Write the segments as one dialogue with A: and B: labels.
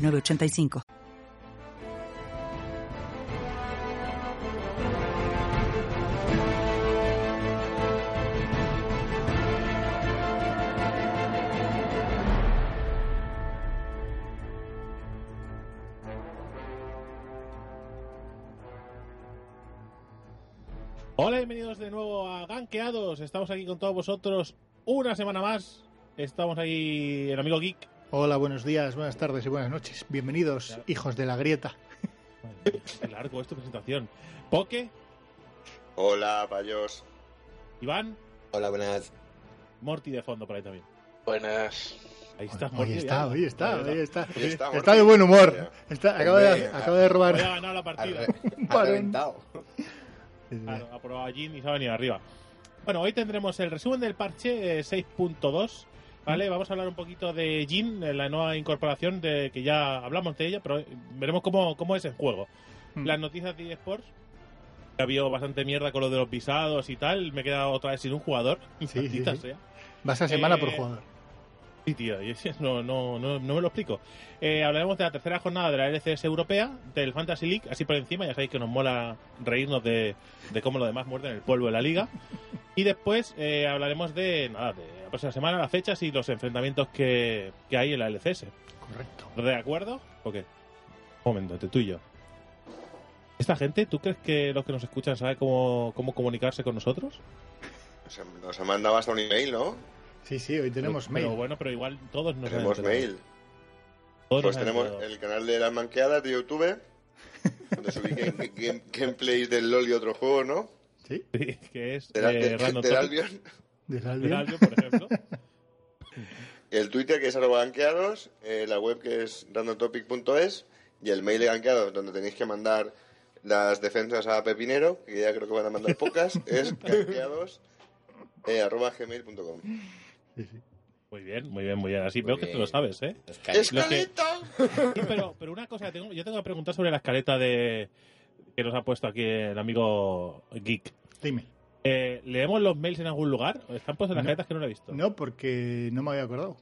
A: 985.
B: Hola, bienvenidos de nuevo a Ganqueados. Estamos aquí con todos vosotros una semana más. Estamos ahí el amigo Geek,
C: Hola, buenos días, buenas tardes y buenas noches. Bienvenidos, hijos de la grieta.
B: Qué largo es tu presentación. Poke,
D: Hola, payos.
B: Iván,
E: Hola, buenas.
B: Morty de fondo por ahí también.
F: Buenas.
B: Ahí está,
C: hoy,
B: Morty.
C: está,
B: ya.
C: hoy está, hoy está,
D: Hoy está, Morty.
C: de buen humor. Está- acaba, de,
E: Hombre,
C: acaba de
B: Hoy ha
C: robar.
B: ganado la
E: Ha
B: partida.
E: re- ha
C: Parón.
E: reventado.
B: Claro, Ha probado a Jin y se ha venido arriba. Bueno, hoy tendremos el resumen del parche eh, 6.2. Vale,
C: Mm.
B: vamos a hablar un poquito de Jin, eh, la nueva incorporación de que ya hablamos de ella, pero eh, veremos cómo, cómo es el juego.
C: Mm.
B: Las noticias de eSports. Ha habido bastante mierda con lo de los pisados y tal. Me he quedado otra vez sin un jugador.
C: sí,
B: Maldita
C: sí.
B: sea.
C: Vas a semana por
B: Eh,
C: jugador.
B: Sí, tío, y es que no, no, no, no me lo explico. Eh, hablaremos de la tercera jornada de la LCS europea, del Fantasy League, así por encima, ya sabéis que nos mola reírnos de, de cómo los demás muerden el polvo de la liga. Y después eh, hablaremos de, nada, de la próxima semana, las fechas y los enfrentamientos que, que hay en la LCS.
C: Correcto.
B: ¿De acuerdo? ¿O qué? Un momento, entre tú y yo. ¿Esta gente, tú crees que los que nos escuchan saben cómo, cómo comunicarse con nosotros?
D: Nos, nos han mandado hasta un email, ¿no?
C: Sí, sí, hoy tenemos
B: Pero- Pero
C: mail.
B: bueno, pero igual todos nos han
D: tenemos
B: enterado.
D: mail.
B: Todos
D: Pues
B: nos han
D: tenemos
B: enterado.
D: el canal de las manqueadas de YouTube, donde subí game- game- gameplays del LOL y otro juego, ¿no?
C: Sí,
B: que es
D: Del, Al-
B: eh,
D: del-
B: Random
D: del
B: Topic,
D: Albion.
C: del
B: del
C: Albion.
B: Albion, por ejemplo.
D: El Twitter, que es arroba ganqueados, eh, la web, que es randomtopic.es, y el mail de ganqueados, donde tenéis que mandar las defensas a Pepinero, que ya creo que van a mandar pocas, es ganqueados eh, arroba gmail.com.
C: Sí, sí.
B: Muy bien, muy bien, muy bien. Así
E: Muy
B: veo que
E: bien.
B: tú lo sabes, ¿eh?
E: Los calles.
D: ¡Escaleta!
B: Sí, pero, pero una cosa, tengo, yo tengo que preguntar sobre la escaleta de que nos ha puesto aquí el amigo Geek.
C: Dime.
B: Eh, ¿Leemos los mails en algún lugar? ¿Están puestas las
C: No.
B: escaletas que no lo he visto?
C: No, porque no me había acordado.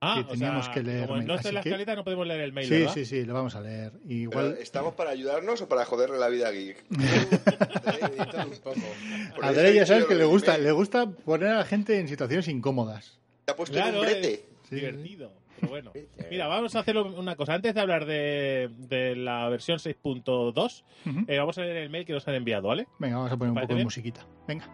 B: ah,
C: que
B: o
C: teníamos
B: sea,
C: que leer
B: Como
C: mail,
B: no está en
C: así
B: la
C: que-
B: escaleta, no podemos leer el mail.
C: Sí,
B: ¿verdad?
C: sí, sí, lo vamos a leer.
D: Pero,
C: Igual
D: ¿Estamos para ayudarnos o para joderle la vida a Geek?
E: Edita un poco.
D: Porque
C: a Andrés ya
D: ese
C: sabes
D: tío
C: que
D: lo
C: le
D: del
C: gusta,
D: email
C: le gusta poner a la gente en situaciones incómodas.
D: Te ha puesto en
B: Claro,
D: un brete.
B: es
C: Sí,
B: divertido. Pero bueno. Mira, vamos a hacer una cosa. Antes de hablar de, de la versión 6.2,
C: Ujú.
B: eh, vamos a leer el mail que nos han enviado, ¿vale?
C: Venga, vamos a poner un
B: ¿Parece
C: poco de
B: bien?
C: musiquita. Venga.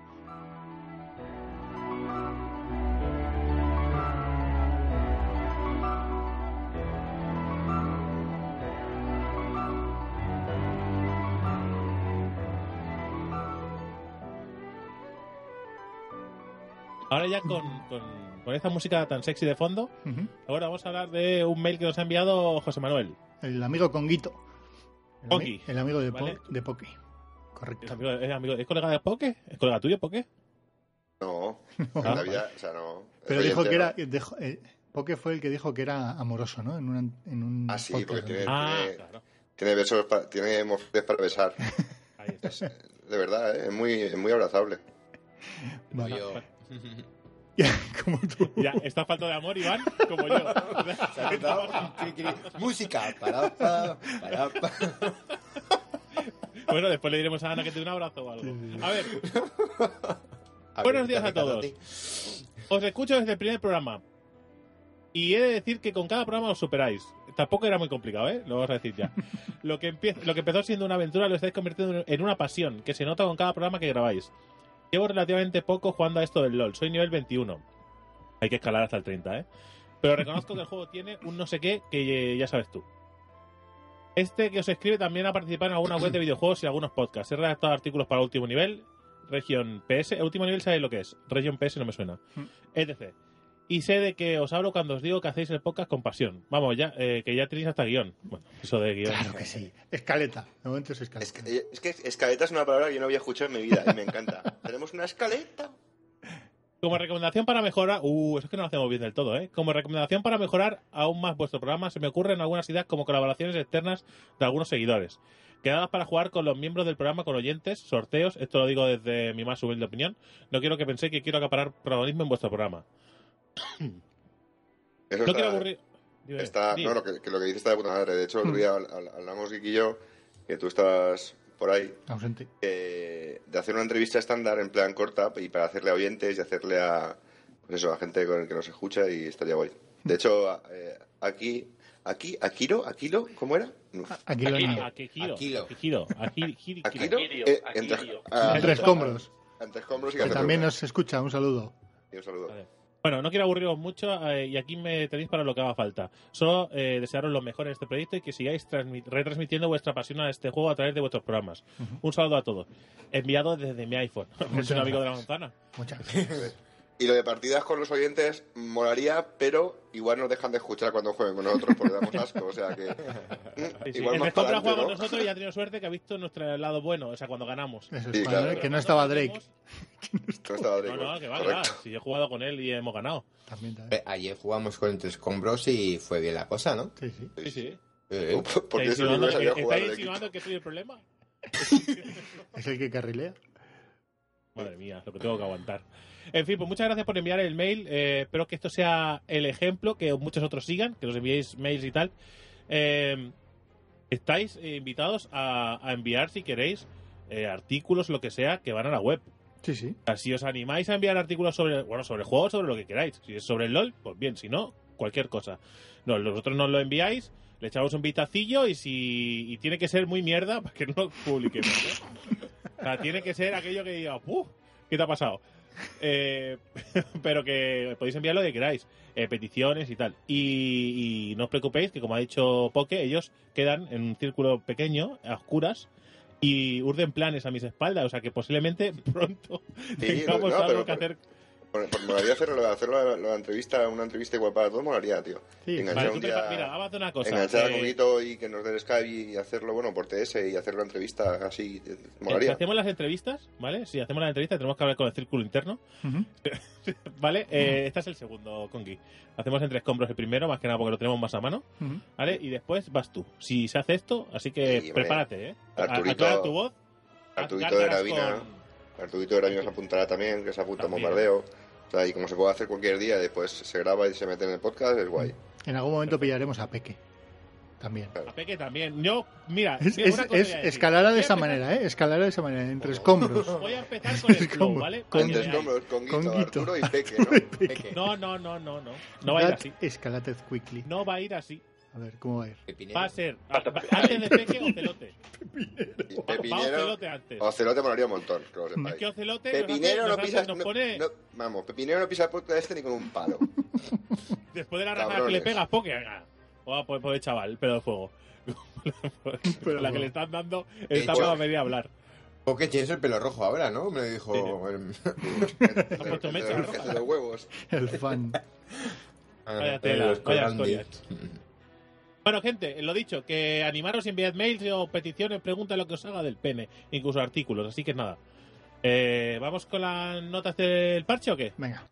B: Ahora ya con, con- con esta música tan sexy de fondo,
C: Ujú.
B: ahora vamos a hablar de un mail que nos ha enviado José Manuel,
C: El amigo Conguito. El, ami-
B: Poki.
C: el amigo de,
B: ¿Vale?
C: Po- de Poki.
B: ¿Es,
C: Correcto.
B: amigo, es, amigo- ¿es colega de Poke? ¿Es colega tuyo, Poke?
D: No,
B: Ah,
D: en la vida, o sea, no.
C: Pero
D: Es
C: dijo que era.
D: oyente,
C: dejó- eh, Poke fue el que dijo que era amoroso, ¿no? En, una- en un.
D: Ah, sí,
C: podcast,
D: porque
C: ¿no?
D: tiene-
B: Ah,
D: eh,
B: claro.
D: ¿no? Tiene besos, pa- tiene mofletes para besar.
B: Ahí está.
D: De verdad, ¿eh? es muy, es muy abrazable.
C: Vale.
E: Yo.
C: Como tú.
B: Ya, está falta de amor, Iván, como yo.
E: Se ha quedado un cri-cri. Música. Para, pa, para, pa.
B: Bueno, después le diremos a Ana que te dé un abrazo o algo.
C: Sí, sí, sí.
B: A ver,
E: A
B: Buenos
E: ver,
B: días a
E: Tati,
B: todos.
E: Tati.
B: os escucho desde el primer programa. Y he de decir que con cada programa os superáis. Tampoco era muy complicado, ¿eh? Lo vamos a decir ya. Lo que, empie- lo que empezó siendo una aventura lo estáis convirtiendo en una pasión, que se nota con cada programa que grabáis. Llevo relativamente poco jugando a esto del LOL. Soy nivel 21. Hay que escalar hasta el 30, ¿eh? Pero reconozco que el juego tiene un no sé qué que eh, ya sabes tú. Este que os escribe también ha participado en alguna web de videojuegos y algunos podcasts. He redactado artículos para Último Nivel, Región PS. Último Nivel sabe lo que es. Región PS no me suena.
C: Mm.
B: Etc. Y sé de que os hablo cuando os digo que hacéis el podcast con pasión. Vamos, ya eh, que ya tenéis hasta guión. Bueno, eso de guión.
C: Claro que sí. Escaleta. De momento es
D: Es
C: escaleta.
D: que, eh, es que escaleta es una palabra que yo no había escuchado en mi vida y me encanta. Tenemos una escaleta.
B: Como recomendación para mejorar, uh, eso es que no lo hacemos bien del todo, ¿eh? Como recomendación para mejorar aún más vuestro programa, se me ocurren algunas ideas como colaboraciones externas de algunos seguidores. Quedadas para jugar con los miembros del programa, con oyentes, sorteos, esto lo digo desde mi más humilde opinión. No quiero que penséis que quiero acaparar protagonismo en vuestro programa.
D: Eso
B: No
D: está-
B: quiero aburrir. Eh, Dime, Hmm.
D: Está,
B: di.
D: no, lo que, que lo que dices está de puta madre. De hecho, el otro día habl- habl- hablamos, Guiqui y yo, que tú estás por ahí,
C: Ausente.
D: eh, de hacer una entrevista estándar en plan corta y para hacerle a oyentes y hacerle a, pues eso, a gente con el que nos escucha y estaría guay. De hecho, a- eh, aquí, aquí, Aquiro, Aquilo, ¿cómo era? Uf.
C: Aquí lo
B: Ah,
C: niño.
B: Akihiro,
E: Aquilo.
B: Akihiro, Aji- Jiri-
D: Aquiro,
F: Aquirio,
D: eh,
F: Aquirio.
D: entre, ah,
C: Entre escombros.
D: entre escombros y
C: Que
B: Pues
D: hacer
C: también
D: una.
C: nos escucha. Un saludo.
D: Y un saludo.
B: Vale. Bueno, no quiero aburriros mucho eh, y aquí me tenéis para lo que haga falta. Solo eh, desearos lo mejor en este proyecto y que sigáis transmi- retransmitiendo vuestra pasión a este juego a través de vuestros programas. Un saludo a todos. Enviado desde mi iPhone. es un amigo de la
C: gracias.
B: manzana.
C: Muchas gracias.
D: Y lo de partidas con los oyentes molaría, pero igual nos dejan de escuchar cuando jueguen con nosotros porque damos asco. O sea que. mm,
B: Sí, sí.
D: Igual
B: El
D: más
B: que compra
D: pa'lante,
B: juega con
D: ¿no?
B: nosotros y ha tenido suerte que ha visto nuestro lado bueno, o sea, cuando ganamos.
C: Eso
D: Sí,
C: es para
D: claro.
C: ver que no estaba Drake.
B: Nosotros
D: No estaba
B: No,
D: Drake,
B: no, que va, que va.
D: correcto.
B: Si yo he jugado con él y hemos ganado.
C: También, también.
E: Eh, Ayer jugamos con entre escombros y fue bien la cosa, ¿no?
C: Sí, sí.
B: Sí, sí.
E: Eh,
D: Porque
B: ¿Estáis
D: eso no
B: insinuando,
D: me sabía
B: que-
D: jugar.
B: estáis
D: Drake.
B: insinuando que soy el problema?
C: Es el que carrilea.
B: Madre mía, lo que tengo que aguantar. En fin, pues muchas gracias por enviar el mail. Eh, espero que esto sea el ejemplo, que muchos otros sigan, que nos enviéis mails y tal. Eh, estáis eh, invitados a, a enviar, si queréis, eh, artículos, lo que sea, que van a la web.
C: Sí, sí.
B: O sea, Si os animáis a enviar artículos sobre, bueno, sobre juegos, sobre lo que queráis. Si es sobre el LOL, pues bien, si no, cualquier cosa. No, vosotros nos lo enviáis, le echamos un vistacillo y si y tiene que ser muy mierda para que no lo publiquemos. ¿eh? O sea, tiene que ser aquello que diga, "Uf, ¿Qué te ha pasado? Eh, pero que podéis enviar lo que queráis, eh, peticiones y tal. Y, y no os preocupéis que, como ha dicho Poke, ellos quedan en un círculo pequeño, a oscuras, y urden planes a mis espaldas. O sea que posiblemente pronto tengamos
D: no,
B: algo
D: pero-
B: que hacer.
D: Por- por- Molaría hacerlo, hacerlo la, la entrevista, una entrevista igual para todos, molaría, tío.
C: Sí.
D: Venga,
B: Vale,
D: un
B: tú
D: día-
B: prepara- mira, haz una cosa.
D: Enganchar a
B: eh,
D: Coquito y que nos den Skype y hacerlo, bueno, por TS y hacer la entrevista así, eh,
B: Si
D: molaría.
B: hacemos las entrevistas, ¿vale? Si hacemos las entrevistas, tenemos que hablar con el círculo interno, ¿vale? Eh, este es el segundo, Congi. Hacemos entre escombros el primero, más que nada porque lo tenemos más a mano. ¿Vale? Y después vas tú. Si se hace esto, así que
D: Sí, hombre.
B: prepárate, ¿eh? A-
D: Arturito-
B: aclara tu voz. haz
D: Arturito de
B: gárgaras
D: Gravina. Arturito de Gravina se apuntará también, que se apunta a
B: También.
D: bombardeo. O sea, y como se puede hacer cualquier día, después se graba y se mete en el podcast, es guay.
C: En algún momento pillaremos a Peque. También.
B: Con... A Peque también. Yo, mira,
C: Es,
B: mira,
C: es,
B: una cosa
C: es-
B: voy a decir.
C: escalará
B: Voy
C: de
B: a
C: esa
B: empezar-
C: manera, ¿eh? Escalará de esa manera. Entre escombros.
B: Voy a empezar con el flow,
C: Escombro.
B: ¿vale? Para
C: Con-
B: que
D: Entre
B: veáis.
D: escombros, con Guito,
C: Con Guito.
D: Arturo y Peque, ¿no?
E: Peque.
B: No, no, no, no, no. No va a ir
C: That
B: así.
C: escalated quickly.
B: No va a ir así.
C: A ver, ¿cómo va a ir?
E: Pepinero.
B: Va a ser antes de Peque, Ocelote.
D: Y
B: Va- Va
D: Pepinero.
B: Ocelote antes.
D: Ocelote molaría un montón, que lo
B: Es
D: sepáis.
B: que Ocelote nos hace-
D: Pepinero no
B: nos hace-
D: pisa.
B: nos
D: no-
B: pone
D: no- vamos, Pepinero no pisa el podcast este ni con un palo.
B: después de la rajada que
D: cabrones.
B: le pegas, Poke. venga. O pues, pues chaval, el pedo de fuego.
C: Pero
B: la que
C: bueno.
B: le están dando,
E: De
B: está
E: hecho-
B: para venir a hablar.
E: Porque tienes el pelo rojo ahora, ¿no? Me lo dijo. el-
D: Entre-
B: puesto
D: entre-
B: mecha roja.
D: entre los huevos.
C: El fan.
B: Vaya tela,
E: Los
B: vaya
E: Corandi.
B: historia. Bueno, gente, lo dicho, que animaros y enviad mails o peticiones, preguntas, lo que os haga del pene, incluso artículos. Así que nada. Eh, ¿Vamos con las notas del parche o qué?
C: Venga.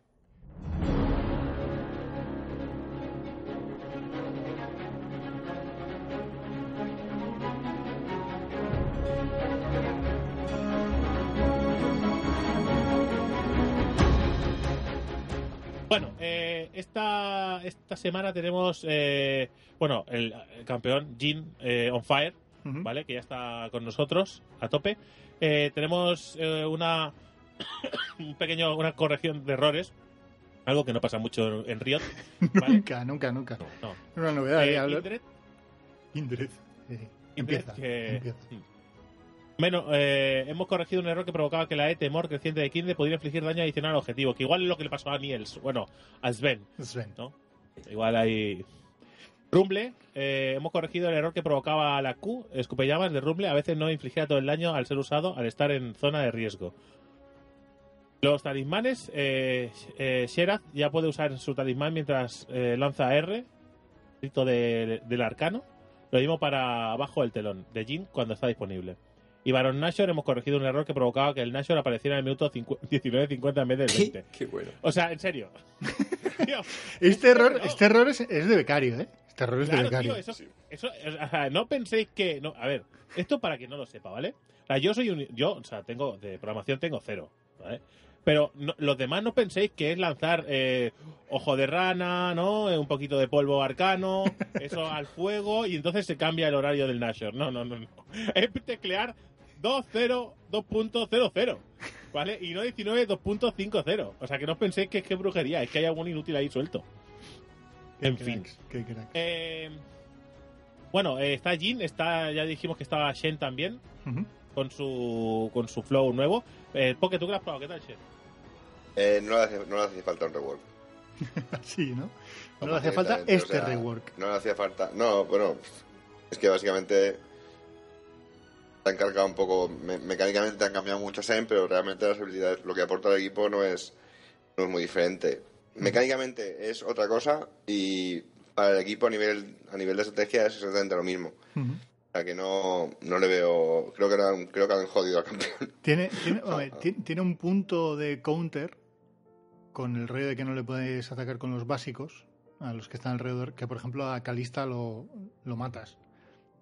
B: Bueno, eh, esta, esta semana tenemos, eh, bueno, el, el campeón Jin eh, on fire,
C: Ujú.
B: ¿vale? Que ya está con nosotros a tope. Eh, tenemos eh, una un pequeño una corrección de errores, algo que no pasa mucho en, en Riot, ¿vale?
C: Nunca, nunca, nunca.
B: No.
C: Una novedad.
B: Eh,
C: ¿eh? Hablo-
B: Kindred
C: Kindred. Sí, sí.
B: Kindred,
C: Empieza.
B: que-
C: empieza.
B: Menos, eh, hemos corregido un error que provocaba que la E temor creciente de Kindred pudiera infligir daño adicional al objetivo, que igual es lo que le pasó a Niels, bueno, a Sven.
C: Sven.
B: Igual hay. Rumble, eh, hemos corregido el error que provocaba la Q, escupellamas de Rumble, a veces no infligía todo el daño al ser usado al estar en zona de riesgo. Los talismanes, eh, eh, Sheraz ya puede usar su talismán mientras eh, lanza R, grito de- del arcano. Lo mismo para abajo del telón, de Jin cuando está disponible. Y Baron Nashor hemos corregido un error que provocaba que el Nashor apareciera en el minuto 19.50 en vez del 20.
E: Qué bueno.
B: O sea, en serio. Tío,
C: Este error,
B: no.
C: este error es, es de becario, ¿eh? Este error es de
B: Claro,
C: becario.
B: tío, eso, eso- o sea, no penséis que, no, a ver, esto para que no lo sepa, ¿vale? O sea, yo soy un, yo, o sea, tengo de programación tengo cero, ¿vale? Pero no- los demás no penséis que es lanzar eh, ojo de rana, ¿no? Eh, Un poquito de polvo arcano, eso al fuego y entonces se cambia el horario del Nashor. No, no, no, no. Es teclear 2.0.2.00, ¿vale? Y no 19.2.50. O sea, que no os penséis que es que es brujería, es que hay algún inútil ahí suelto.
C: Qué
B: en fin.
C: cracks, Qué crack.
B: Eh, bueno, eh, está Jin, está, ya dijimos que estaba Shen también,
C: Ujú.
B: con su, con su flow nuevo. Eh, Poke, ¿tú qué has probado? ¿Qué tal, Shen?
D: Eh, no, le hace, no le hace falta un rework.
C: Sí, ¿no? No le hace
D: Completamente,
C: falta
D: o sea,
C: este rework.
D: No le hacía falta. No, bueno, es que básicamente te han cargado un poco. me- mecánicamente te han cambiado mucho Zen, pero realmente las habilidades, lo que aporta el equipo no es, no es muy diferente. Mecánicamente es otra cosa y para el equipo a nivel, a nivel de estrategia es exactamente lo mismo.
C: Ujú.
D: O sea que no, no le veo. Creo que, no han- creo que han jodido al campeón.
C: Tiene, tiene, hombre, ti- tiene un punto de counter con el rollo de que no le puedes atacar con los básicos a los que están alrededor, que por ejemplo a Calista lo, lo matas.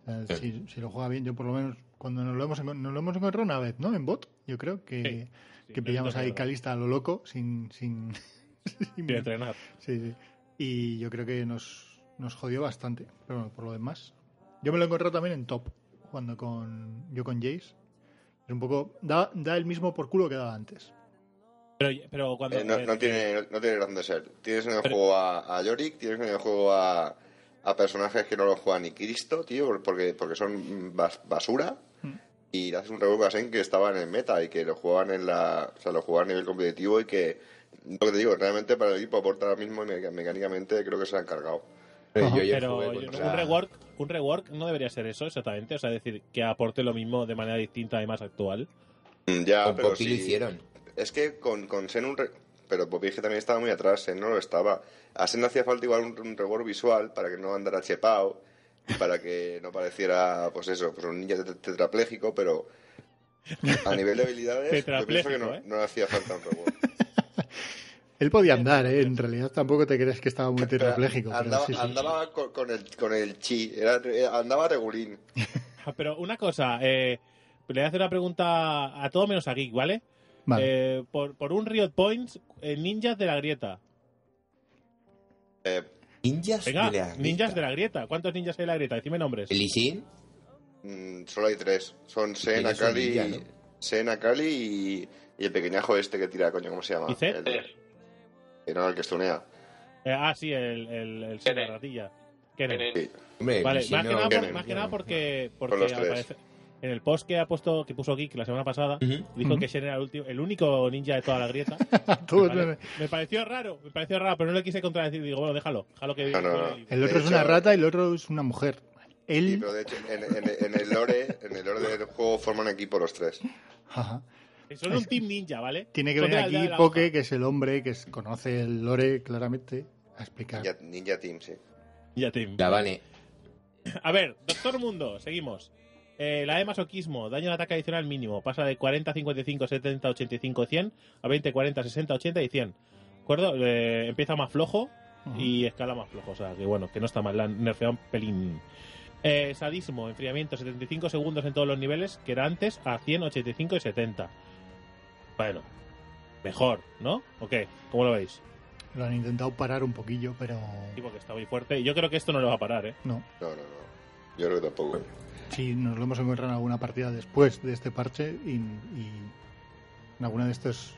C: O sea, si, si lo juega bien, yo por lo menos cuando nos lo hemos, encon- nos lo hemos encontrado una vez, ¿no? En bot, yo creo que,
B: Sí,
C: que pillamos
B: no, no,
C: ahí
B: no.
C: Calista a lo loco, sin... sin, sin-
B: Sin entrenar.
C: sí, sí. Y yo creo que nos, nos jodió bastante, pero bueno, por lo demás. Yo me lo he encontrado también en top, jugando con yo con Jace. Es un poco. Da, da el mismo por culo que daba antes.
B: Pero, pero cuando.
D: Eh, no, no
B: eh,
D: tiene, no, tiene razón de ser. Tienes en el
B: Pero-
D: juego a, a Yorick, tienes en el juego a, a personajes que no lo juega ni Cristo, tío, por- porque, porque son bas- basura.
B: Mm.
D: Y le haces un revuelco a Sen que estaba en el meta y que lo jugaban en la, o sea, lo jugaban a nivel competitivo y que, lo que te digo, realmente para el equipo aporta ahora mismo y meca- mecánicamente creo que se lo han cargado.
E: Pero
C: Ajá.
E: yo ayer
B: eh, Pero
E: jugué
B: yo-
E: contra-
B: un, rework, un rework no debería ser eso exactamente. O sea, es decir, que aporte lo mismo de manera distinta y más actual.
D: Mm, Ya,
E: Con
D: pero
E: Poppy lo
D: sí.
E: hicieron.
D: Es que con, con Sen un... re- Pero Poppy es que también estaba muy atrás, Sen no lo estaba. A Sen le hacía falta igual un, un rework visual para que no andara chepao y para que no pareciera, pues eso, pues un ninja tet- tetrapléjico, pero a nivel de habilidades, yo pienso que no,
B: Tetrapléjico, ¿eh?
D: no le hacía falta un rework.
C: Él podía andar, ¿eh? En realidad tampoco te crees que estaba muy tetrapléjico. pero
D: andaba
C: sí, sí.
D: andaba Con, con el, con el chi, era, eh, andaba regulín.
B: Ah, Pero una cosa, eh, le voy a hacer una pregunta a todo menos a Geek, ¿vale?
C: Vale.
B: Eh, por, por un Riot Points, eh, ninjas de la grieta.
D: Eh,
E: Ninjas
B: Venga,
E: de la
B: ninjas de
E: Grita.
B: la grieta. ¿Cuántos ninjas hay en la grieta? Decime nombres.
E: ¿Lee Sin?
D: mm, solo hay tres. Son Sen,
E: Tiene su
D: Akali,
E: ninja, ¿no?
D: Sen, Akali y, y el pequeñajo este que tira, coño, ¿cómo se llama?
B: ¿Y Zed?
D: El, el- no, el que estunea.
B: Eh, ah, sí, el, el, el sí, la
F: Kenen.
B: ratilla. Kenen.
F: Kenen.
D: Sí.
E: Hombre,
B: Vale,
E: Lee Sin
B: más, que
E: no-
B: nada, por-
D: Kenen.
B: más que nada porque, porque
D: Con los tres.
B: aparece- en el post que ha puesto, que puso Geek la semana pasada,
E: Ujú.
B: dijo
C: Ujú.
B: que Shen era el, último- el único ninja de toda la grieta.
C: Tú,
B: Vale.
C: no, no.
B: Me pareció raro, me pareció raro, pero no le quise contradecir. Digo, bueno, déjalo, déjalo que
D: No, no, no.
B: que-
C: El otro
D: De
C: es una
D: hecho-
C: rata y el otro es una mujer.
D: Sí,
C: Él.
D: pero de hecho, en, en- en el lore, en el lore del juego forman equipo los tres.
C: Ajá.
B: Son un team ninja, ¿vale?
C: Tiene que
B: Son de
C: venir
B: la aldea
C: aquí
B: de la
C: Poke,
B: hoja.
C: que es el hombre que es- conoce el lore claramente, a explicar.
D: Ninja, Ninja Team, sí.
B: Ninja team.
E: La Vane.
B: A ver, Doctor Mundo, seguimos. Eh, la de masoquismo, daño de ataque adicional mínimo, pasa de 40, 55, 70, 85, 100 a 20, 40, 60, 80 y 100. ¿De acuerdo? Eh, empieza más flojo
C: Ujú.
B: y escala más flojo. O sea, que bueno, que no está mal, la han nerfeado un pelín. Eh, sadismo, enfriamiento, 75 segundos en todos los niveles, que era antes a 100, 85 y 70. Bueno, mejor, ¿no? ¿O qué? ¿Cómo lo veis?
C: Lo han intentado parar un poquillo, pero.
B: Tipo que está muy fuerte. y Yo creo que esto no lo va a parar, ¿eh?
C: No.
D: No, no, no. Yo creo que tampoco.
C: Sí, nos lo hemos encontrado en alguna partida después de este parche y, y en alguna de estos...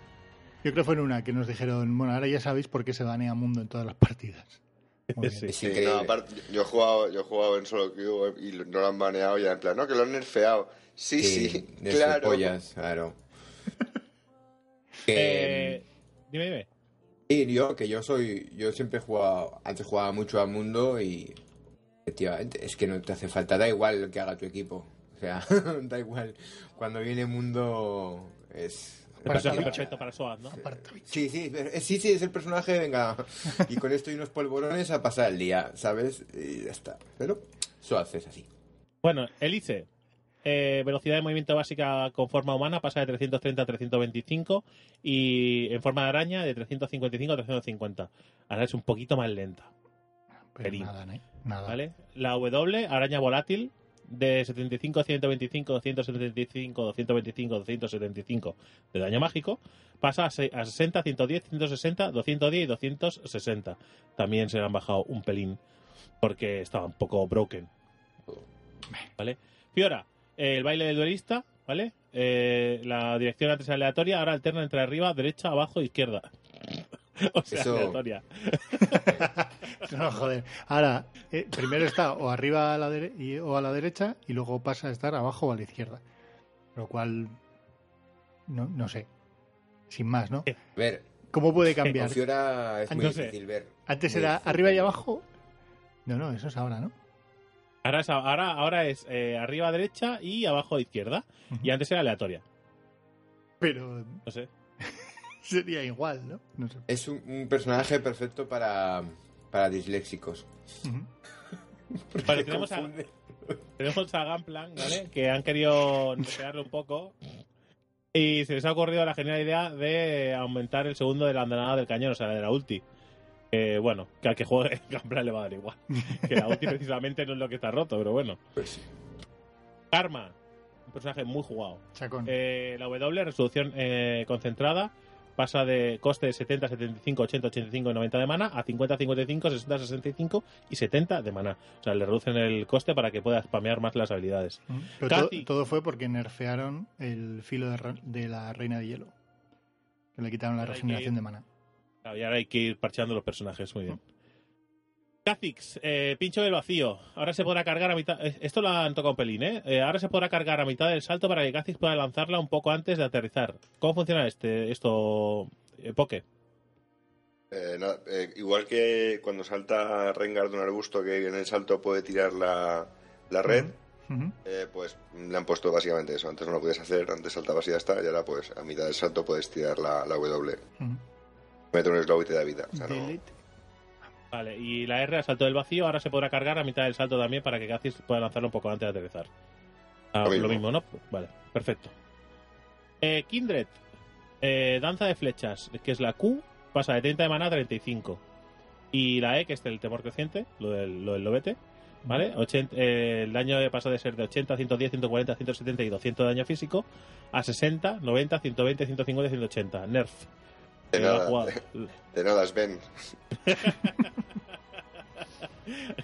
C: Yo creo que fue en una que nos dijeron, bueno, ahora ya sabéis por qué se banea Mundo en todas las partidas. Muy bien.
B: Sí.
E: Es
D: Sí,
E: increíble.
D: no, aparte, yo he jugado, yo he jugado en solo queue y no lo han baneado ya en plan, no, que lo han nerfeado. Sí, sí,
E: eh, de sus
D: claro.
E: pollas, claro. que,
B: Eh, dime, dime.
E: sí, yo, que yo soy. Yo siempre he jugado. Antes jugaba mucho a Mundo y. Efectivamente, es que no te hace falta. Da igual lo que haga tu equipo. O sea, da igual. Cuando viene Mundo. Es.
B: personaje
E: Aparta.
B: perfecto para SWAT, ¿no?
C: Aparta.
E: Sí, sí, pero- eh, sí, sí, es el personaje, venga. Y con esto y unos polvorones a pasar el día, ¿sabes? Y ya está. Pero eso haces así.
B: Bueno, Elice. eh, velocidad de movimiento básica con forma humana pasa de 330 a 325 y en forma de araña de 355 a 350. Ahora es un poquito más lenta,
C: Pero
B: Pelín.
C: nada, ¿no? Nada.
B: ¿vale? La W, araña volátil, de 75 a 125, 275, 225, 275 de daño mágico, pasa a se- a 60, 110, 160, 210 y 260. También se le han bajado un pelín porque estaba un poco broken. ¿Vale? Fiora, eh, el baile del duelista, ¿vale? Eh, la dirección antes aleatoria, ahora alterna entre arriba, derecha, abajo, izquierda. o sea,
E: Eso-
B: aleatoria.
C: No, joder. Ahora, eh, primero está o arriba a la dere- y- o a la derecha y luego pasa a estar abajo o a la izquierda. Lo cual, no, no sé. Sin más, ¿no?
E: A ver,
C: ¿Cómo puede
E: con
C: cambiar?
E: Fiora es muy
B: Entonces,
E: difícil ver.
C: Antes
E: Muy
C: era
E: difícil.
C: arriba y abajo. No, no, eso es ahora, ¿no?
B: Ahora es, ahora, ahora es eh, arriba derecha y abajo izquierda.
C: Ujú.
B: Y antes era aleatoria.
C: Pero
B: No sé.
C: sería igual, ¿no? No sé.
E: Es un, un personaje perfecto para, para disléxicos.
C: Ujú.
B: Vale,
E: Se
B: tenemos a,
E: confunde.
B: tenemos a Gunplan, ¿vale? Que han querido nerfearlo un poco. Y se les ha ocurrido la genial idea de aumentar el segundo de la andanada del cañón, o sea, de la ulti. Eh, bueno, que al que juegue Gunplan le va a dar igual. Que la ulti precisamente no es lo que está roto, pero bueno.
E: Pues sí.
B: Karma, un personaje muy jugado.
C: Chacón.
B: Eh, la W, resolución eh, concentrada, pasa de coste de 70, 75, 80, 85 y 90 de mana a 50, 55, 60, 65 y 70 de mana. O sea, le reducen el coste para que pueda spamear más las habilidades.
C: Ujú. Pero todo,
B: Katy.
C: todo fue porque nerfearon el filo de, ra- de la reina de hielo. Que le quitaron la
B: Ahora hay que
C: regeneración
B: ir.
C: de mana.
B: Claro, Y ahora hay que ir parcheando los personajes, muy bien. Kha'Zix, eh, pincho del vacío. Ahora se podrá cargar a mitad. eh, Esto lo han tocado un pelín, ¿eh? Eh, Ahora se podrá cargar a mitad del salto para que Kha'Zix pueda lanzarla un poco antes de aterrizar. ¿Cómo funciona este, esto, eh, Poke?
D: Eh, nada, eh, igual que cuando salta Rengar de un arbusto que en el salto puede tirar la, la red,
C: Ujú.
D: eh, pues le han puesto básicamente eso. Antes no lo podías hacer, antes saltabas y ya está, y ahora pues a mitad del salto puedes tirar la, la W.
C: Ujú.
D: Mete un slow y te da vida. O sea, no-
C: Delete.
B: Vale, y la R al salto del vacío ahora se podrá cargar a mitad del salto también para que Gazis pueda lanzarlo un poco antes de aterrizar. Ah,
D: Lo
B: lo,
D: mismo.
B: mismo. ¿no? Vale, perfecto. Eh, Kindred, eh, danza de flechas, que es la Q, pasa de 30 de maná a 35. Y la E, que es el temor creciente, lo del, lo del lobete, ¿vale? 80, eh, el daño pasa de ser de 80, 110, 140, 170 y 200 de daño físico a 60, 90, 120, 150 y 180. Nerf.
D: De
B: Que lo ha
D: nada.
B: jugado.
D: De nada, Sven.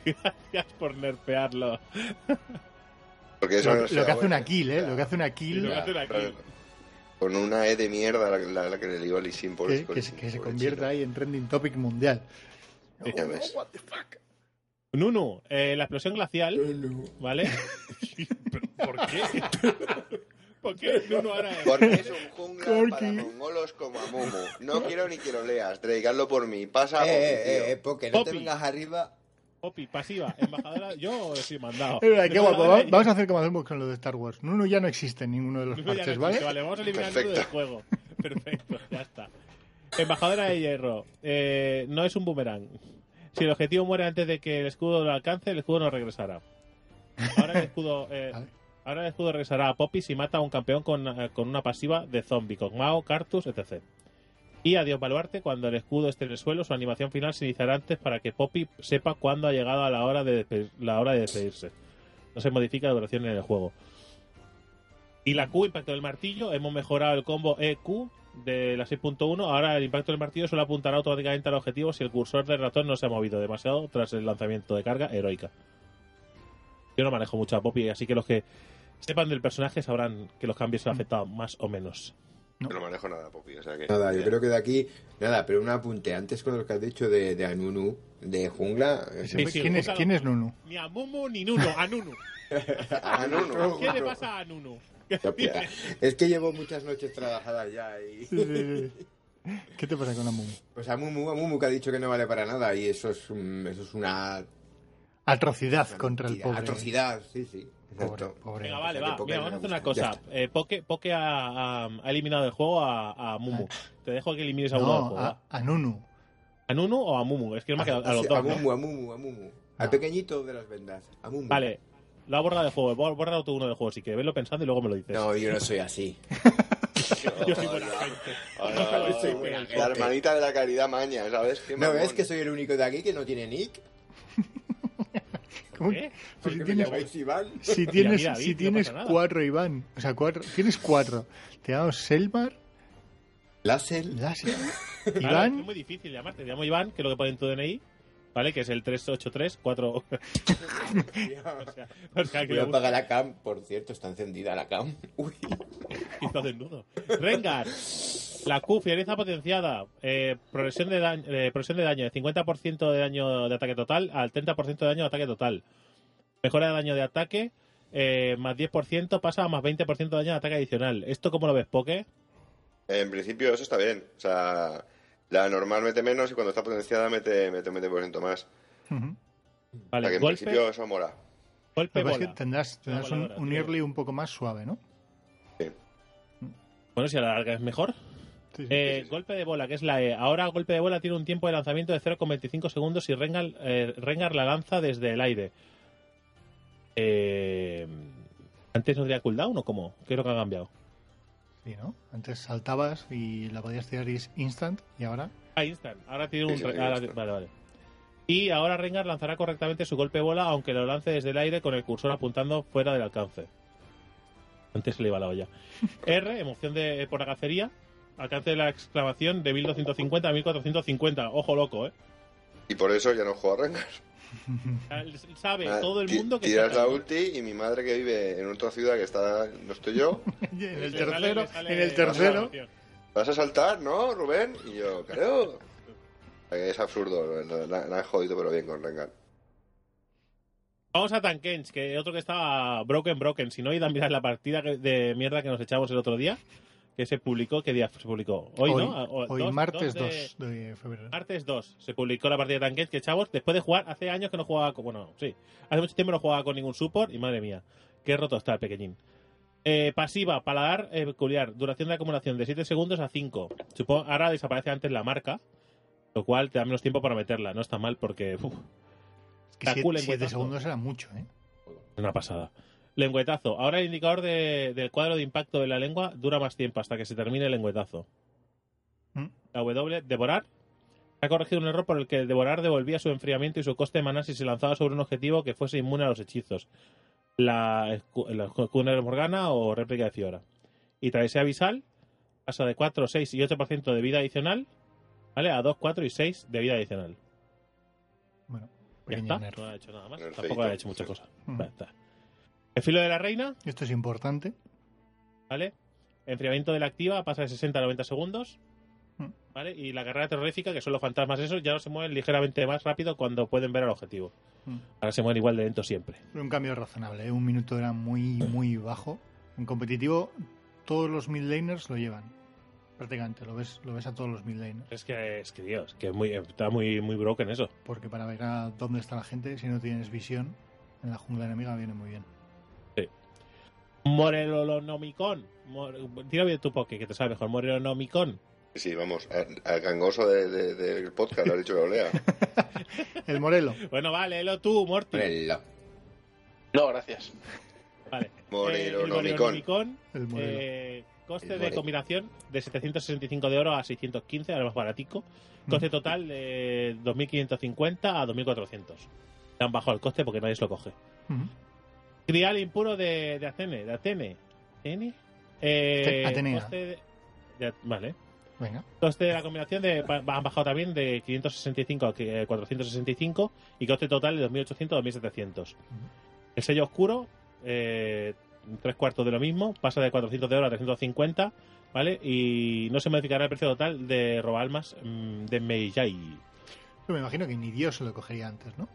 B: Gracias por nerfearlo.
D: Porque eso
C: Lo,
D: no
C: lo
D: sea
C: que hace
D: bueno.
C: una kill, ¿eh? Lo que hace una
B: Y lo
C: kill
B: que hace la
D: Claro.
B: kill.
D: Con una E de mierda la, la- la que le dio a Lee Sin por
C: que,
D: por-
C: que se- que se
D: por el
C: convierta ahí en trending topic mundial.
D: chino. Ya ves.
B: Nunu, eh, la explosión glacial,
E: Eh,
B: ¿vale? ¿Por qué? ¿Por qué Nunu ahora es?
D: Porque es un jungla
C: Corky.
D: para mongolos como a Momo. No quiero ni que lo leas, Drake, hazlo por mí. Pasa
E: Eh, eh,
D: por
E: eh, eh,
D: mí,
E: Poke, no te
B: Poppy.
E: vengas arriba.
B: Poppy, pasiva, embajadora, yo sí mandado.
C: Es verdad, Eh, qué guapo. Va- Vamos a hacer como hacemos con lo de Star Wars. Nuno ya no existe en ninguno de los
B: eh. Nunu ya no
C: parches,
B: existe,
C: ¿vale?
B: Vale, vamos a eliminar Nunu
D: Perfecto.
B: del juego. Perfecto, ya está. Embajadora de hierro, eh, no es un boomerang. Si el objetivo muere antes de que el escudo lo alcance, el escudo no regresará. Ahora el escudo... eh,
C: Vale.
B: Ahora el escudo regresará a Poppy si mata a un campeón con, eh, con una pasiva de zombie, con Mao, Cartus, etc. Y adiós baluarte, cuando el escudo esté en el suelo, su animación final se iniciará antes para que Poppy sepa cuándo ha llegado a la hora de, despe- la hora de despedirse. No se modifica la duración en el juego. Y la Q, impacto del martillo, hemos mejorado el combo EQ de la 6.1. Ahora el impacto del martillo solo apuntará automáticamente al objetivo si el cursor del ratón no se ha movido demasiado tras el lanzamiento de carga heroica. Yo no manejo mucho a Poppy, así que los que sepan del personaje sabrán que los cambios se han afectado más o menos.
D: No lo manejo nada, Poppy. O sea que,
E: Nada, yo
D: eh,
E: creo que de aquí, nada, pero un apunte. Antes con lo que has dicho de, de Anunu, de jungla. eh,
B: Sí, sí,
C: ¿Quién, es,
B: búscalo.
C: ¿Quién es Nuno?
B: Ni a Mumu ni Nuno, a Nunu.
E: Anunu.
B: ¿Qué le pasa a Nunu?
E: Es que llevo muchas noches trabajadas ya y...
C: ¿Qué te pasa con la Mumu?
E: Pues a Mumu, a Mumu que ha dicho que no vale para nada y eso es, un- eso es una
C: Atrocidad contra el
E: mentira,
C: pobre.
E: atrocidad, sí, sí.
C: Pobre,
E: Exacto.
C: pobre.
B: Venga,
E: pues
B: vale,
E: a mí
B: va.
E: Poké
B: Mira,
E: no
B: vamos a
E: me
B: hacer una
E: gusta. Ya
B: cosa. Eh, Poke, Poke ha, ha- ha eliminado del juego a, a Mumu. Te dejo que elimines a uno del
C: No,
B: juego.
C: a,
B: ¿va?
C: a Nunu.
B: ¿A Nunu o a Mumu? Es que no me ha quedado a los
E: Sí,
B: dos. ¿no?
E: Mumu, a Mumu, a Mumu. Al
C: No.
E: pequeñito de las vendas. A Mumu.
B: Vale, lo ha borrado del juego. Bor- Borra tú uno del juego. Si quieres, verlo pensando y luego me lo dices.
E: No, yo no soy así.
B: Yo soy buena gente.
E: Ah,
D: Hola, hola,
B: Yo soy
D: hola.
B: buena
D: La
E: gente.
D: hermanita de la caridad maña, ¿sabes? Qué
E: ¿No
D: mamón.
E: ves que soy el único de aquí que no tiene nick?
C: ¿Cómo?
B: ¿Qué?
E: ¿Por
C: Pues si
E: qué me
C: tienes-
E: llamáis Iván?
C: Si tienes,
B: mira, David,
C: si
B: no
C: tienes
B: pasa nada.
C: cuatro, Iván. O sea, cuatro. Tienes cuatro. Te llamamos Selmar,
E: Lassel.
C: Láser,
B: Claro, es
C: Iván.
B: muy difícil llamarte. Te llamo Iván, que es lo que pone en tu DNI. ¿Vale? Que es el 3834. o sea, o sea, que
E: Voy a
B: lo
E: apagar la cam, por cierto, está encendida la cam. Uy.
B: hizo desnudo. Rengar. La Q, fiereza potenciada. Eh, progresión, de daño, eh, progresión de daño. De 50% de daño de ataque total al 30% de daño de ataque total. Mejora de daño de ataque. eh, más 10% pasa a más 20% de daño de ataque adicional. ¿Esto cómo lo ves, Poke?
D: En principio eso está bien. O sea, la normal mete menos y cuando está potenciada mete, mete un 20% más.
C: Ujú.
D: o sea, que
B: Vale,
D: en
B: golpe,
D: principio eso mola.
C: Lo
B: golpe,
C: que pasa es
B: bola.
C: que tendrás, tendrás un,
B: voladora,
C: un
B: sí.
C: early un poco más suave, ¿no?
B: Bueno, si a la larga es mejor.
C: Sí, sí.
B: Eh, Golpe de bola, que es la E. Ahora golpe de bola tiene un tiempo de lanzamiento de 0,25 segundos y Rengar, eh, Rengar la lanza desde el aire. Eh, ¿Antes no tenía cooldown o cómo? ¿Qué es lo que ha cambiado?
C: Sí, ¿no? Antes saltabas y la podías tirar y es instant y ahora
B: Ah, instant. Ahora tiene un...
D: Sí, sí,
B: re- ahora-
D: instant.
B: vale, vale. Y ahora Rengar lanzará correctamente su golpe de bola, aunque lo lance desde el aire con el cursor apuntando fuera del alcance. Antes se le iba la olla. R, emoción de, eh, por la cacería. Alcance de la exclamación de 1250 a 1450. Ojo loco, ¿eh?
D: Y por eso ya no juego a Rengar.
B: Sabe
D: Ah,
B: todo el
D: ti-
B: mundo que
D: Tiras
B: está-
D: la ulti y mi madre que vive en otra ciudad que está... No estoy yo.
C: en el
B: Le sale-
C: tercero,
B: le sale
C: en el
B: la
C: tercero,
B: grabación.
D: ¿Vas a saltar, no, Rubén? Y yo, claro. O sea, que Es absurdo. La, la- la han jodido pero bien con Rengar.
B: Vamos a Tankens, que otro que estaba broken, broken. Si no, id a mirar la partida que- de mierda que nos echamos el otro día, que se publicó. ¿Qué día se publicó? Hoy, ¿no? Ah, o-
C: hoy
B: dos-
C: martes
B: dos
C: 2
B: de- Ah,
C: de... febrero.
B: Martes 2 se publicó la partida de Tankens que chavos, después de jugar, hace años que no jugaba con. Bueno, sí, hace mucho tiempo no jugaba con ningún support y madre mía, qué roto está el pequeñín. Eh, pasiva, paladar eh, peculiar, duración de acumulación de 7 segundos a 5. Supongo, ahora desaparece antes la marca, lo cual te da menos tiempo para meterla, no está mal porque. uf,
C: Es que
B: Está
C: siete,
B: cool en
C: siete
B: cuentazo.
C: segundos era mucho, ¿eh?
B: Una pasada. Lengüetazo. Ahora el indicador de- del cuadro de impacto de la lengua dura más tiempo hasta que se termine el lengüetazo.
C: Mm.
B: La W, devorar. Se ha corregido un error por el que el devorar devolvía su enfriamiento y su coste de maná si se lanzaba sobre un objetivo que fuese inmune a los hechizos. La, escu- la Cunero Morgana o réplica de Fiora. Y travesía abisal pasa de 4, 6 y 8% de vida adicional ¿vale? a 2, 4 y 6 de vida adicional.
C: Bueno,
B: Ya
C: pequeño
B: está.
C: nerf.
B: No ha hecho nada más.
D: Nerfeito.
B: Tampoco ha hecho mucha cosa.
C: Mm.
B: Ya está. El filo de la reina,
C: Esto es importante.
B: ¿vale? Enfriamiento de la activa pasa de 60 a 90 segundos.
C: Mm.
B: ¿Vale? Y la carrera terrorífica, que son los fantasmas esos, ya no se mueven ligeramente más rápido cuando pueden ver al objetivo.
C: Mm.
B: Ahora se mueven igual de lento siempre.
C: Pero Un cambio razonable, ¿eh? Un minuto era muy, muy bajo. En competitivo, todos los midlaners lo llevan. Prácticamente, lo ves, lo ves a todos los midlaners.
B: Es que, es que Dios, que es muy, está muy, muy broken eso.
C: Porque para ver a dónde está la gente, si no tienes visión, en la jungla enemiga viene muy bien.
B: Morelonomicon. Tira bien tu poke, que te sabe mejor. Morelonomicon.
D: Sí, vamos, al al gangoso de- de- del podcast, lo ha dicho la olea.
C: El Morelo.
B: Bueno, vale, léelo tú, Morty.
E: Prelo.
F: No, gracias.
B: Vale. Eh, el
D: Morelonomicon.
B: Morelonomicon
C: El Morelo.
B: Eh, coste
E: El
B: de
E: Morel.
B: combinación de 765 de oro a 615, ahora más baratico.
C: Mm.
B: Coste total de 2.550 a 2.400. Le han bajado el coste porque nadie se lo coge.
C: Ujú.
B: Crial impuro de, de Atene. ¿De Atene? ¿Atene? Eh,
C: Te- Atenea.
B: coste de- de- vale.
C: Venga.
B: Coste de la combinación de, pa- han bajado también de 565 a que- eh, 465 y coste total de 2.800 a 2.700. El sello oscuro, eh, tres cuartos de lo mismo, pasa de 400 de oro a 350, ¿vale? Y no se modificará el precio total de robalmas mm, de Meijai.
C: Yo me imagino que ni Dios se lo cogería antes, ¿no?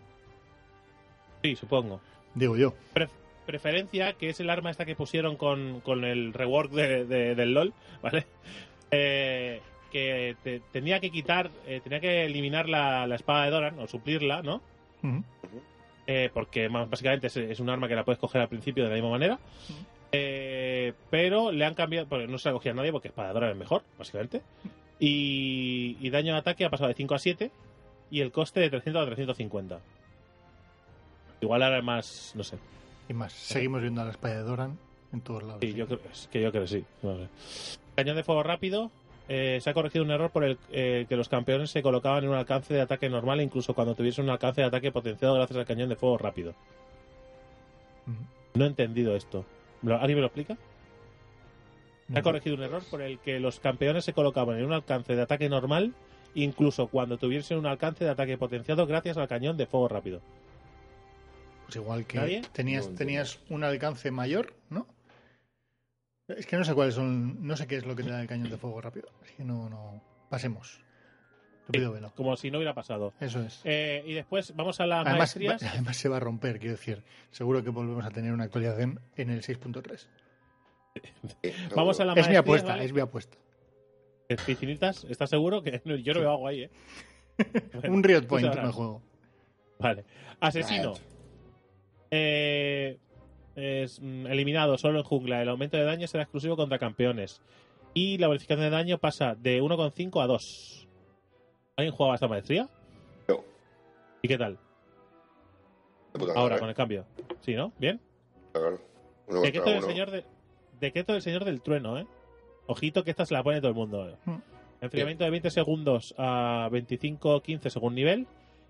B: Sí, supongo.
C: Digo yo.
B: Pref- preferencia, que es el arma esta que pusieron con, con el rework de- de- del LOL, ¿vale? Eh, que te- tenía que quitar, eh, tenía que eliminar la, la espada de Doran o suplirla, ¿no?
C: Ujú.
B: eh, porque más- básicamente es, es un arma que la puedes coger al principio de la misma manera. Eh, pero le han cambiado, porque no se la cogía nadie porque espaladora es mejor, básicamente. Y, y daño de ataque ha pasado de 5 a 7 y el coste de 300 a 350. Igual ahora es más, no sé.
C: Y más, seguimos viendo a la espada de Doran en todos lados. ¿eh?
B: Sí, yo creo, es que yo creo que sí. Vale. Cañón de fuego rápido. Eh, se ha corregido un error por el eh, que los campeones se colocaban en un alcance de ataque normal, incluso cuando tuviesen un alcance de ataque potenciado gracias al cañón de fuego rápido.
C: Mm.
B: No he entendido esto. ¿Me lo- ¿Alguien me lo explica? Se ha
C: No.
B: corregido un error por el que los campeones se colocaban en un alcance de ataque normal, incluso cuando tuviesen un alcance de ataque potenciado gracias al cañón de fuego rápido.
C: Pues igual
B: ¿Nadie?
C: que tenías,
E: No,
C: tenías un alcance mayor, ¿no? Es que no sé cuáles son, no sé qué es lo que te da el cañón de fuego rápido. Así que no, no. Pasemos. Rápido velo.
B: Como si no hubiera pasado.
C: Eso es.
B: Eh, y después vamos a las
C: Además,
B: maestrías.
C: va- además se va a romper, quiero decir. Seguro que volvemos a tener una actualización en el 6.3.
D: Sí, no,
B: Vamos a la
C: Es mi
B: maestría,
C: apuesta,
B: ¿vale?
C: es mi apuesta.
B: Eh, Piscinitas, ¿estás seguro? Que no, yo no veo agua ahí, ¿eh? Bueno,
C: un Riot
B: tú
C: Point
B: sabrás.
C: me juego.
B: Vale. Asesino. Eh, es, mm, eliminado solo en jungla. El aumento de daño será exclusivo contra campeones. Y la bonificación de daño pasa de 1,5 a 2. ¿Alguien jugaba esta maestría?
D: No.
B: ¿Y qué tal?
D: de puta
B: Ahora,
D: madre,
B: con el cambio. ¿Sí, no? ¿Bien?
D: claro. Uno
B: De Keto
D: contra
B: del
D: Pues uno.
B: Señor, de, Decreto del señor del Trueno, ¿eh? Ojito que esta se la pone todo el mundo. ¿eh?
C: Mm.
B: Enfriamiento de 20 segundos a 25-15 según nivel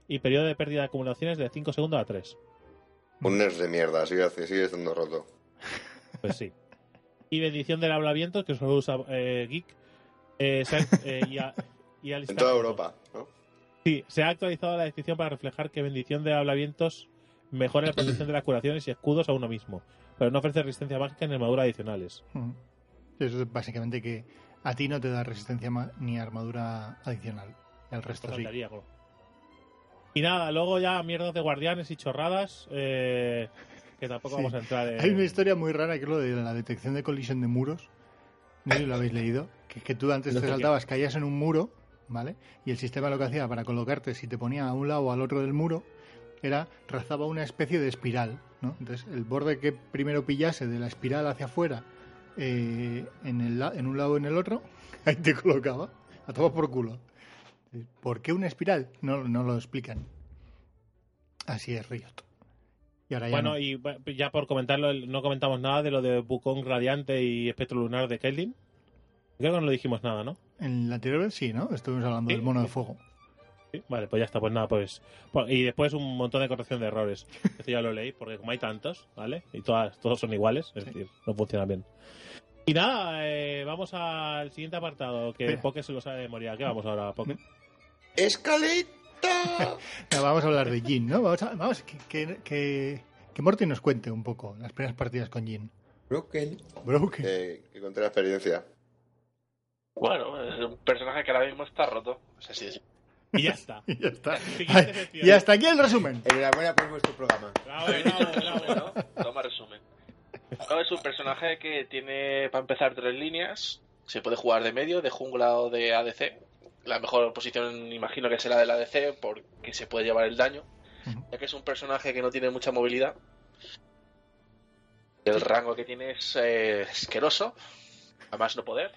B: y periodo de pérdida de acumulaciones de 5 segundos a 3.
D: Un nerf de mierda, sigue, sigue estando roto.
B: Pues sí. Y bendición del hablavientos, que solo usa eh, Geek. eh, se ha- eh, y a- y al
D: En toda Europa, ¿no?
B: Sí, se ha actualizado la descripción para reflejar que bendición de hablavientos mejora la protección de las curaciones y escudos a uno mismo, pero no ofrece resistencia mágica ni armadura adicionales.
C: Mm. Eso es básicamente que a ti no te da resistencia ma- ni armadura adicional. El resto
B: Pues
C: sí.
B: faltaría, como. Y nada, luego ya mierdas de guardianes y chorradas, eh, que tampoco
C: Sí.
B: vamos a entrar en...
C: Hay una historia muy rara que es lo de la detección de colisión de muros. No sé si lo habéis leído. Que, que tú antes
B: No sé
C: te
B: qué.
C: saltabas, caías en un muro, ¿vale? Y el sistema lo que hacía para colocarte, si te ponía a un lado o al otro del muro, era trazaba una especie de espiral, ¿no? Entonces, el borde que primero pillase de la espiral hacia afuera, eh, en, el la- en un lado o en el otro, ahí te colocaba. A tomar por culo. ¿Por qué una espiral? No, no lo explican. Así es Riot. Y ahora ya
B: Bueno,
C: no.
B: y bueno, ya por comentarlo, el- no comentamos nada de lo de Bucón Radiante y Espectro Lunar de Caitlyn. Creo que no le dijimos nada, ¿no?
C: En el anterior vez sí, ¿no? Estuvimos hablando
B: Sí,
C: del mono de
B: sí.
C: fuego.
B: Sí, Vale, pues ya está, pues nada, pues. pues- Y después un montón de corrección de errores. Esto ya lo leí, porque como hay tantos, ¿vale? Y todas, todos son iguales, es
C: Sí.
B: decir, no funcionan bien. Y nada, eh, vamos al siguiente apartado, que
C: Espera.
B: Poké se lo sabe de memoria. ¿Qué vamos ahora, Poké?
D: ¡Escaleta!
C: Ya, vamos a hablar de Jin, ¿no? Vamos, a- vamos que, que, que, que Morty nos cuente un poco las primeras partidas con Jin.
E: Creo que él-
C: Broken.
D: Eh, que conté la experiencia.
F: Bueno, es un personaje que ahora mismo está roto. Es Pues así de simple.
B: Y ya está.
C: Y ya está.
B: Siguiente sección.
C: y hasta aquí el resumen.
E: Enhorabuena por vuestro programa.
B: Bravo, bravo, bravo, ¿no?
F: ¿no? Toma resumen. No, es un personaje que tiene, para empezar, tres líneas. Se puede jugar de medio, de jungla o de ADC. La mejor posición, imagino que será del ADC, porque se puede llevar el daño.
C: Ujú.
F: Ya que es un personaje que no tiene mucha movilidad. El rango que tiene es eh, asqueroso. A más no poder.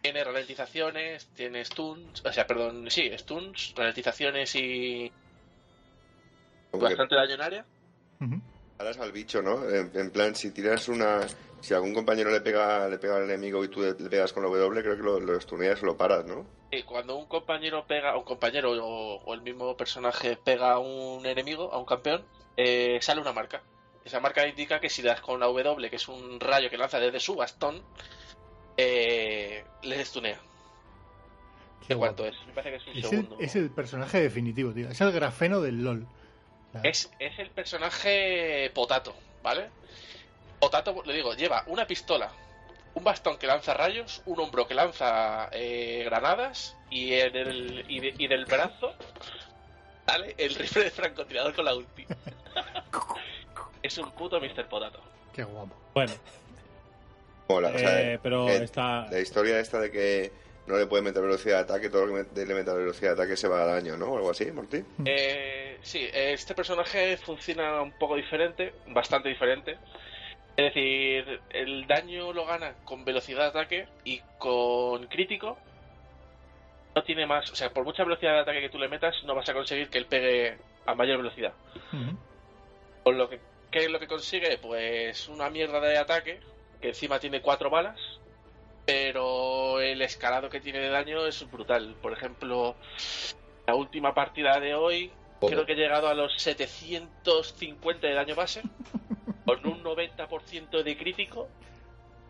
F: Tiene ralentizaciones, tiene stuns. O sea, perdón, sí, stuns, ralentizaciones y
D: Como que
F: bastante daño en área.
C: Ujú.
D: paras al bicho, ¿no? En, en plan, si tiras una... Si algún compañero le pega le pega al enemigo y tú le, le pegas con la W, creo que lo, lo estuneas o lo paras, ¿no?
F: Sí, eh, cuando un compañero pega, o un compañero o, o el mismo personaje pega a un enemigo, a un campeón, eh, sale una marca. Esa marca indica que si das con la W, que es un rayo que lanza desde su bastón, eh, le estunea.
C: Qué
F: ¿De cuánto
C: guapo.
F: es? Me parece que es un
C: Es el,
F: segundo.
C: es el personaje definitivo, tío. Es el grafeno del LOL. O sea,
F: Es, es el personaje Potato, ¿vale? Potato, le digo, lleva una pistola, un bastón que lanza rayos, un hombro que lanza eh, granadas y, en el, y, de- y del brazo sale el rifle de francotirador con la ulti. es un puto Mr. Potato.
C: Qué guapo.
B: Bueno,
D: Mola, o sea,
B: eh, pero
D: eh,
B: está.
D: la historia esta de que no le puede meter velocidad de ataque, todo lo que met- le meta velocidad de ataque se va al daño, ¿no? O algo así, Martín.
F: Eh, Eh, sí, este personaje funciona un poco diferente, bastante diferente. Es decir, el daño lo gana con velocidad de ataque y con crítico. No tiene más, o sea, por mucha velocidad de ataque que tú le metas, no vas a conseguir que él pegue a mayor velocidad.
C: Ujú.
F: Con lo que, ¿Qué es lo que consigue? Pues una mierda de ataque, que encima tiene cuatro balas, pero el escalado que tiene de daño es brutal. Por ejemplo, la última partida de hoy,
E: Todo.
F: creo que he llegado a los 750 de daño base, con un 90% de crítico.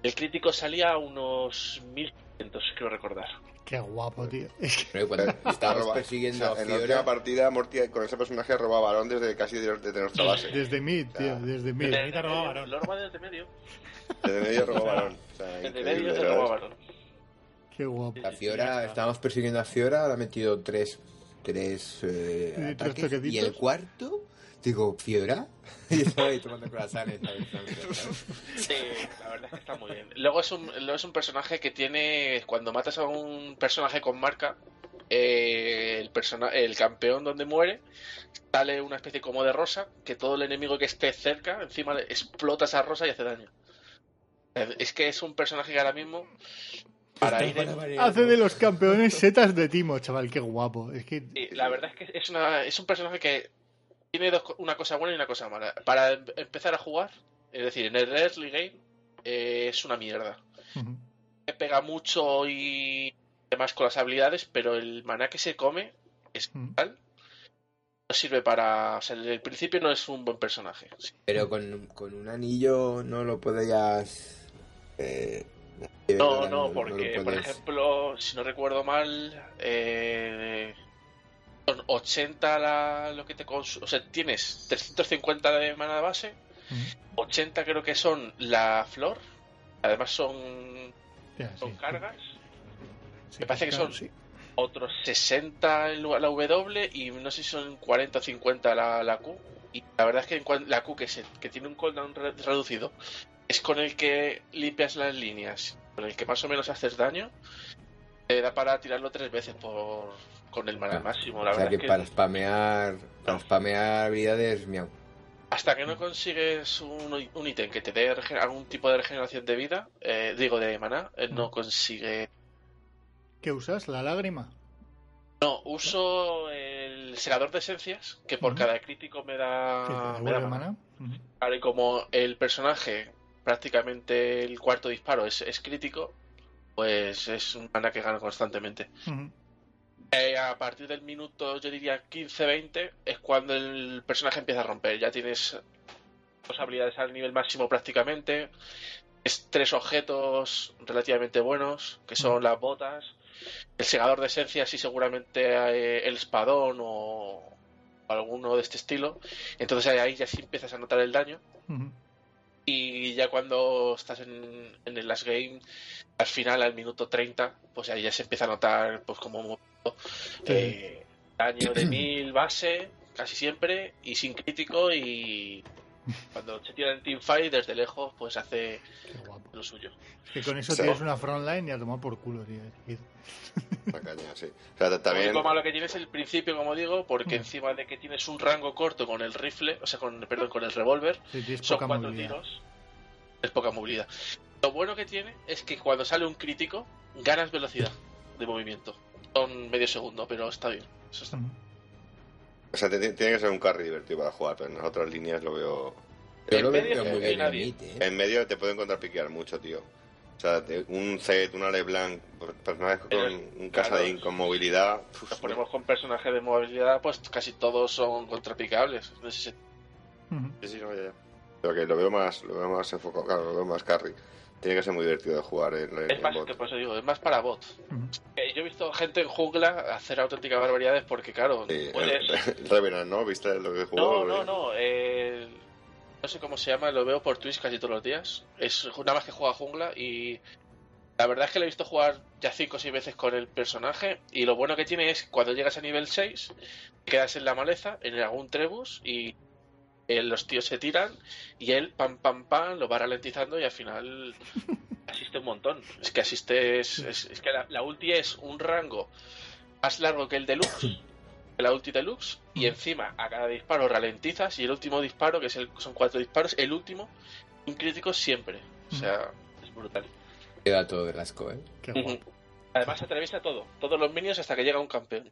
F: El crítico salía a unos 1500, creo recordar.
C: Qué guapo, tío. Es que-
E: Pero ¿eh? cuando estábamos
D: Roba.
E: persiguiendo
D: O sea,
E: a
D: en la
E: Fiora,
D: última partida, Morty con ese personaje roba balón desde casi de, de nuestra base.
C: Desde mid, tío,
D: Ah.
C: desde mid.
F: Desde
B: ahorita robaba
F: medio,
B: varón.
F: lo roba desde medio.
D: Desde medio roba balón. O sea,
F: Desde
D: increíble,
F: medio se
D: ¿verdad?
F: roba varón.
C: Qué guapo.
E: a
B: Ya
E: Fiora
B: está.
E: estábamos persiguiendo a Fiora, ahora ha metido tres, tres, eh,
C: tres
E: ataques,
C: toquecitos.
E: y el cuarto, digo, Fiora, y estaba ahí tomando croissants. ¿sabes?
F: Sí, la verdad es que está muy bien. Luego es un, luego es un personaje que tiene. Cuando matas a un personaje con marca, eh, el, persona, el campeón donde muere sale una especie como de rosa que todo el enemigo que esté cerca encima le- explota esa rosa y hace daño. Eh, Es que es un personaje que ahora mismo. Para ir en-
C: Hace de los campeones setas de Timo, chaval, qué guapo. Es que
F: Sí, la verdad es que es, una, es un personaje que tiene dos co- una cosa buena y una cosa mala. Para em- empezar a jugar, es decir, en el early game eh, es una mierda.
C: Ujú.
F: que pega mucho y demás con las habilidades, pero el maná que se come es
C: Mm.
F: tal. No sirve para. O sea, desde el principio no es un buen personaje. Sí.
E: Pero con, con un anillo no lo podías... eh,
F: No, no,
E: lo
F: porque, por
E: puedes-
F: ejemplo, si no recuerdo mal, eh, son 80 la- lo que te consume. O sea, tienes 350 de mana de base,
C: Ujú.
F: 80 creo que son la flor, además son,
C: Ya,
F: son
C: sí.
F: cargas.
C: Sí,
F: me parece que
C: claro,
F: son-
C: sí.
F: otros 60 en lugar- la W y no sé si son 40 o 50 la, la Q. Y la verdad es que en cuan- la Q, que, se, que tiene un cooldown re- reducido, es con el que limpias las líneas, con el que más o menos haces daño, te da para tirarlo tres veces por con el mana
E: Ah,
F: máximo. La
E: O sea
F: verdad
E: que,
F: es que
E: para spamear, para spamear habilidades, miau.
F: hasta que no consigues un, un ítem que te dé rege- algún tipo de regeneración de vida, eh, digo de maná, eh, no consigue.
C: ¿Qué usas? ¿La lágrima?
F: No, uso el segador de esencias, que por
C: Ujú.
F: cada crítico me
C: ¿Que te
F: da, me da
C: devuelve
F: maná.
C: maná? Ujú.
F: Claro, y como el personaje, prácticamente el cuarto disparo es, es crítico, pues es un mana que gana constantemente.
C: Ujú.
F: Eh, a partir del minuto, yo diría 15-20, es cuando el personaje empieza a romper. Ya tienes dos habilidades al nivel máximo prácticamente, es tres objetos relativamente buenos, que son las botas, el segador de esencias y seguramente eh, el espadón o alguno de este estilo. Entonces ahí ya sí empiezas a notar el daño.
C: Ujú.
F: Y ya cuando estás en, en el last game, al final, al minuto 30, pues ahí ya se empieza a notar, pues como eh, daño de mil base, casi siempre, y sin crítico. Y cuando se tira en teamfight, desde lejos, pues hace
C: Qué guapo.
F: lo suyo.
C: Es que con eso
D: Sí.
C: tienes una frontline y a tomar por culo, tío. Es que-
D: La caña, sí. O sea, también.
F: Lo único malo que tienes es el principio, como digo, porque
C: Mm.
F: encima de que tienes un rango corto con el rifle, o sea, con, perdón, con el revólver,
C: sí, tienes
F: son
C: poca
F: cuatro
C: movilidad.
F: tiros. Es poca movilidad. Lo bueno que tiene es que cuando sale un crítico, ganas velocidad de movimiento. Son medio segundo, pero está bien. Eso está-
C: Ujú.
D: O sea, te- te- tiene que ser un carry divertido para jugar, pero en las otras líneas lo veo.
E: Yo lo
F: En medio
E: veo
F: no
E: muy
F: hay
E: bien en
F: nadie.
E: Meet, ¿eh?
D: En medio te pueden contrapiquear mucho, tío. O sea, te- un Zed, un Blanc, personajes con
F: Pero,
D: un
F: claro,
D: Casadín con movilidad. uf,
F: Nos ponemos con personajes de movilidad, pues casi todos son contrapicables. En ese sentido.
C: Ujú.
D: Sí, sí, no, ya, ya. Pero que lo veo más, lo veo más enfocado, claro, lo veo más carry. Tiene que ser muy divertido de jugar en, en-
F: Es
D: en
F: más,
D: bot.
F: que por eso digo, es más para bot.
C: Ujú.
F: Eh, Yo he visto gente en jungla hacer auténticas barbaridades porque, claro,
D: Sí,
F: puedes...
D: el Revenant, ¿no? ¿Viste lo que jugó?
F: No, no, no. eh, no sé cómo se llama, lo veo por Twitch casi todos los días. Es nada más que juega jungla y la verdad es que lo he visto jugar ya 5 o 6 veces con el personaje y lo bueno que tiene es que cuando llegas a nivel 6 te quedas en la maleza, en algún trebus y eh, los tíos se tiran y él pam pam pam lo va ralentizando y al final asiste un montón. Es que asiste, es, es- es que la, la ulti es un rango más largo que el deluxe la ulti deluxe
C: Mm.
F: y encima a cada disparo ralentizas y el último disparo, que es el, son cuatro disparos, el último, un crítico siempre. O
C: Mm.
F: sea, es brutal.
E: Queda todo de asco, ¿eh?
C: Qué
F: Ujú.
C: guapo.
F: Además atraviesa todo, todos los minions hasta que llega un campeón.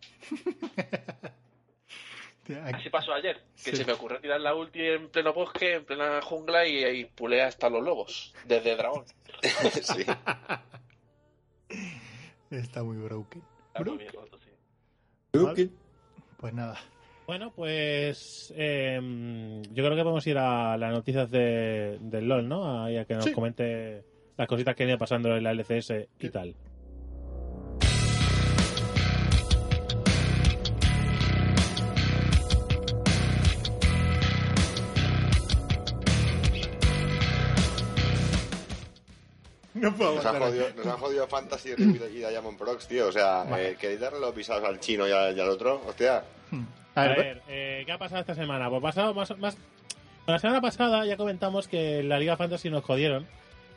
C: Tía,
F: Así
C: aquí-
F: pasó ayer, que
C: Sí.
F: se me ocurrió tirar la ulti en pleno bosque, en plena jungla y, y pulé hasta los lobos, desde dragón.
D: sí.
C: Está muy broken.
F: Está muy
C: Broken.
F: bien roto, sí.
C: Vale. Pues nada.
B: Bueno, pues eh, yo creo que podemos ir a las noticias de, del LOL, ¿no? Ahí a que nos
C: Sí.
B: comente las cositas que han ido pasando en la LCS y
C: Sí.
B: tal.
C: No puedo
D: Nos han
C: aguantar.
D: jodido, nos han jodido Fantasy Rebuild y Diamond Prox, tío. O sea, eh, queréis darle los visados al chino y al, y al otro. Hostia,
C: Hmm.
B: A
C: A
B: ver,
C: ver,
B: eh, ¿qué ha pasado esta semana? Pues pasado más, más... La semana pasada ya comentamos que en la Liga Fantasy nos jodieron,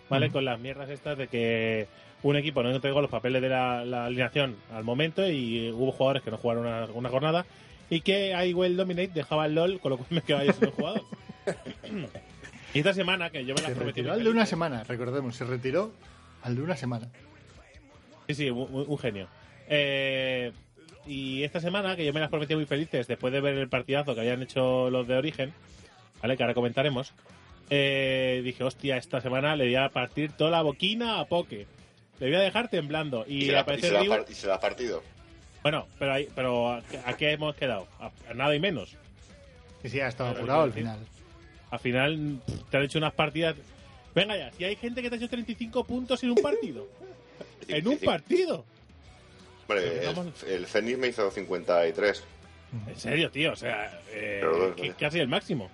B: ¿vale?
C: Ujú.
B: Con las mierdas estas de que un equipo no entregó los papeles de la, la alineación al momento y hubo jugadores que no jugaron una, una jornada y que IWell Dominate dejaba el LOL, con lo cual me quedaba yo sin un jugador. y esta semana, que yo me la
C: se
B: prometí...
C: retiró
B: muy
C: al de una
B: feliz, ¿eh?
C: semana, recordemos, se retiró al de una semana.
B: Sí, sí, un, un- un genio. Eh, y esta semana, que yo me las prometí muy felices después de ver el partidazo que habían hecho los de Origen, ¿vale? Que ahora comentaremos. eh, dije, hostia, esta semana le voy a partir toda la boquina a Poke. Le voy a dejar temblando.
D: y,
B: Y
D: se la, y
B: aparece
D: se la
B: River-
D: par- y se la ha partido.
B: Bueno, pero, ahí- pero ¿a, qué- a qué hemos quedado? A, a nada y menos.
C: Y sí, ha estado
B: Pero
C: apurado al
B: iba a
C: final.
B: Al final pff, te han hecho unas partidas. Venga ya, si hay gente que te ha hecho 35 puntos en un partido. en un Pues partido.
D: Hombre, el, el Fenix me hizo 53.
B: En serio, tío, o sea, eh,
D: Pero bueno,
B: que-
D: vaya.
B: casi el máximo.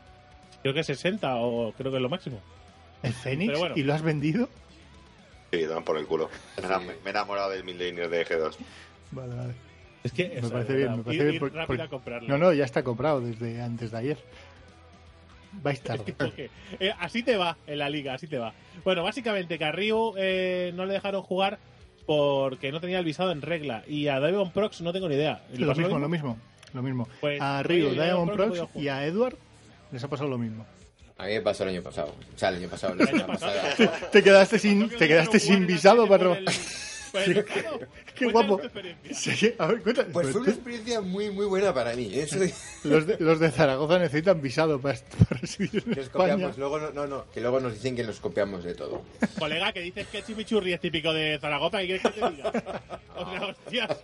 B: Creo que 60 o creo que es lo máximo.
C: El Fénix,
B: Pero bueno.
C: ¿y lo has vendido?
D: Sí, dan por el culo. Me, enam- me he enamorado del Midlaner de G2.
C: Vale, vale.
B: Es que
C: Me parece bien, me parece bien. por-
B: rápido
C: por-
B: a comprarlo.
C: No, no, ya está comprado desde antes de ayer. Vais tarde.
B: Porque, eh, así te va en la liga, así te va. Bueno, básicamente que a Ryu eh, no le dejaron jugar porque no tenía el visado en regla y a Diamond Prox no tengo ni idea. ¿Le
C: Lo
B: pasó
C: mismo, lo mismo, lo mismo.
B: Pues,
C: a Ryu,
B: oye,
C: Diamond
B: Diamond Prox
C: Prox
B: podía
C: y a Edward les ha pasado lo mismo.
E: A mí me pasó el año pasado. O sea, el año pasado, la
B: El año
E: semana
B: pasado.
E: pasada.
C: Te quedaste sin,
B: Creo que
C: te
B: le
C: quedaste
B: dejaron
C: sin
B: jugar en
C: visado
B: la
C: para
B: serie por el- por el
C: robar.
B: visado.
C: Qué
B: Cuéntanos
C: guapo.
B: Pues, tu experiencia.
C: Sí, a ver, cuenta.
E: Pues fue
C: Pues
E: una
C: tú-
E: experiencia muy, muy buena para mí. ¿eh? Eso de-
C: los, de, los de Zaragoza necesitan visado para, para seguir en
E: que nos
C: España.
E: copiamos. Luego, no, no, no, que luego nos dicen que nos copiamos de todo.
B: Colega, que dices que Chimichurri es típico de Zaragoza, ¿qué quieres que te diga? O sea, hostias.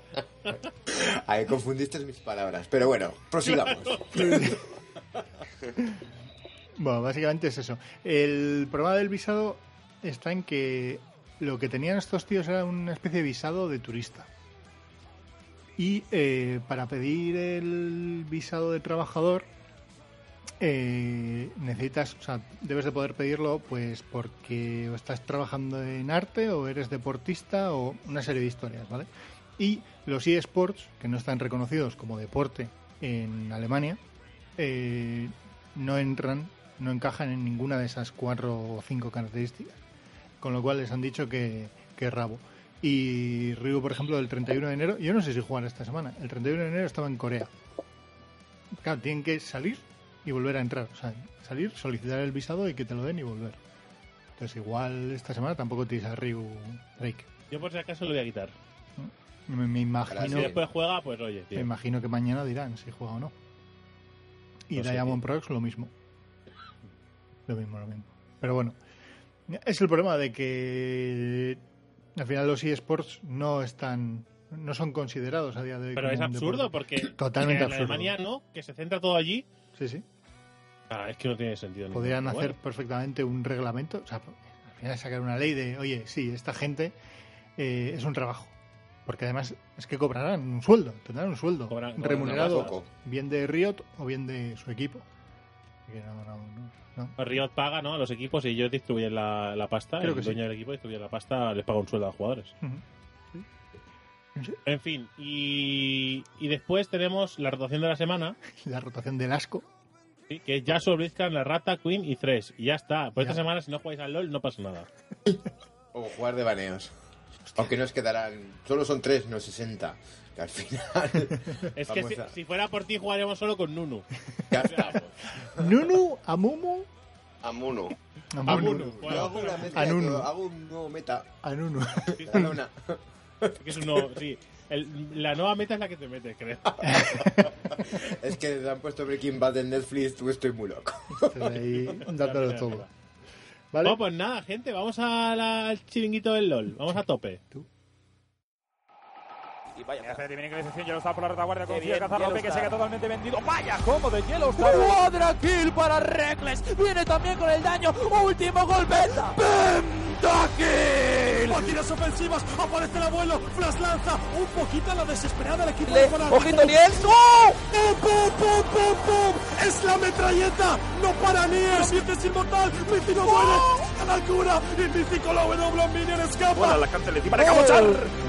E: Ahí confundiste mis palabras. Pero bueno, prosigamos.
C: Bueno, básicamente es eso. El problema del visado está en que lo que tenían estos tíos era una especie de visado de turista. Y eh, para pedir el visado de trabajador eh, necesitas, o sea, debes de poder pedirlo pues porque o estás trabajando en arte o eres deportista o una serie de historias, ¿vale? Y los eSports, que no están reconocidos como deporte en Alemania, eh, no entran, no encajan en ninguna de esas cuatro o cinco características. Con lo cual les han dicho que, que rabo. Y Ryu, por ejemplo, el 31 de enero, yo no sé si jugará esta semana, el 31 de enero estaba en Corea. Claro, tienen que salir y volver a entrar. O sea, salir, solicitar el visado y que te lo den y volver. Entonces, igual esta semana tampoco tienes a Ryu Drake.
B: Yo por si acaso lo voy a quitar.
C: Me,
B: Si
C: me
E: Sí.
C: imagino,
E: Gracias.
B: después juega, pues oye, tío.
C: me imagino que mañana dirán si juega o no. Y
B: Pues sí,
C: Diamond Prox lo mismo. Lo mismo, lo mismo. Pero bueno, es el problema de que al final los eSports no están no son considerados a día de hoy.
B: Pero
C: como
B: es
C: un
B: absurdo
C: deporte.
B: porque
C: Totalmente
B: en
C: absurdo.
B: Alemania no, que se centra todo allí.
C: Sí, sí.
B: Ah, es que no tiene sentido. ninguno.
C: Podrían
B: Pero
C: hacer
B: pues. bueno,
C: perfectamente un reglamento. O sea, al final sacar una ley de, oye, sí, esta gente eh, es un trabajo. Porque además es que cobrarán un sueldo, tendrán un sueldo
B: Cobran- cobran
C: remunerado,
E: un poco.
C: bien de Riot o bien de su equipo. Así que no, no, no, no.
B: Pues Riot paga ¿no? a los equipos y ellos distribuyen la, la pasta.
C: Creo
B: el
C: que sí.
B: dueño del equipo distribuye la pasta, les paga un sueldo a los jugadores.
C: Ujú.
B: En fin, y, y después tenemos la rotación de la semana,
C: La rotación del asco.
B: ¿sí? que ya solvizcan la rata, Queen y 3. Y ya está. Pues Por
C: Ya.
B: esta semana, si no jugáis al LOL, no pasa nada.
E: O jugar de baneos. Aunque nos quedarán. Solo son tres, no 60. Que al final.
B: Es que
E: vamos
B: si,
E: a-
B: si fuera por ti jugaríamos solo con Nunu.
E: Ya
B: O sea, pues,
E: estamos.
C: Nunu, Amumu,
D: Amuno.
B: a
C: Amunu.
B: Nunu.
E: Yo hago una mezcla,
C: Anunu.
E: yo hago un nuevo meta.
C: A Nunu.
E: Perdona.
B: Que es un nuevo- sí. El- la nueva meta es la que te metes, creo.
E: Es que le han puesto Breaking Bad en Netflix, tú estoy muy loco.
C: Estoy ahí dándolo todo. ¿Vale?
B: Bueno, pues nada, gente, vamos a la- al chiringuito del LOL. Vamos a tope.
G: Y vaya,
H: Hace de finalización, ya lo está por la retaguardia,
G: Qué
H: confía
G: bien,
H: en Cazarrope que
G: Yellowstar.
H: se queda totalmente vendido. ¡Vaya cómo de Yellowstar! ¡Cuadra kill para Reckless! ¡Viene también con el daño! ¡Último golpe! ¡Pentakill! Máquinas ofensivas, aparece el abuelo, Flash lanza un poquito a la desesperada del equipo
G: ojito Liel, ¡no!
H: ¡Pum, pum, pum, pum, pum! ¡Es la metralleta! ¡No para ni ¡Lo sientes inmortal! ¡Mítico muere! ¡A la altura! ¡Y Mítico la W Minion escapa! ¡Bola la canceleta y para cabochar!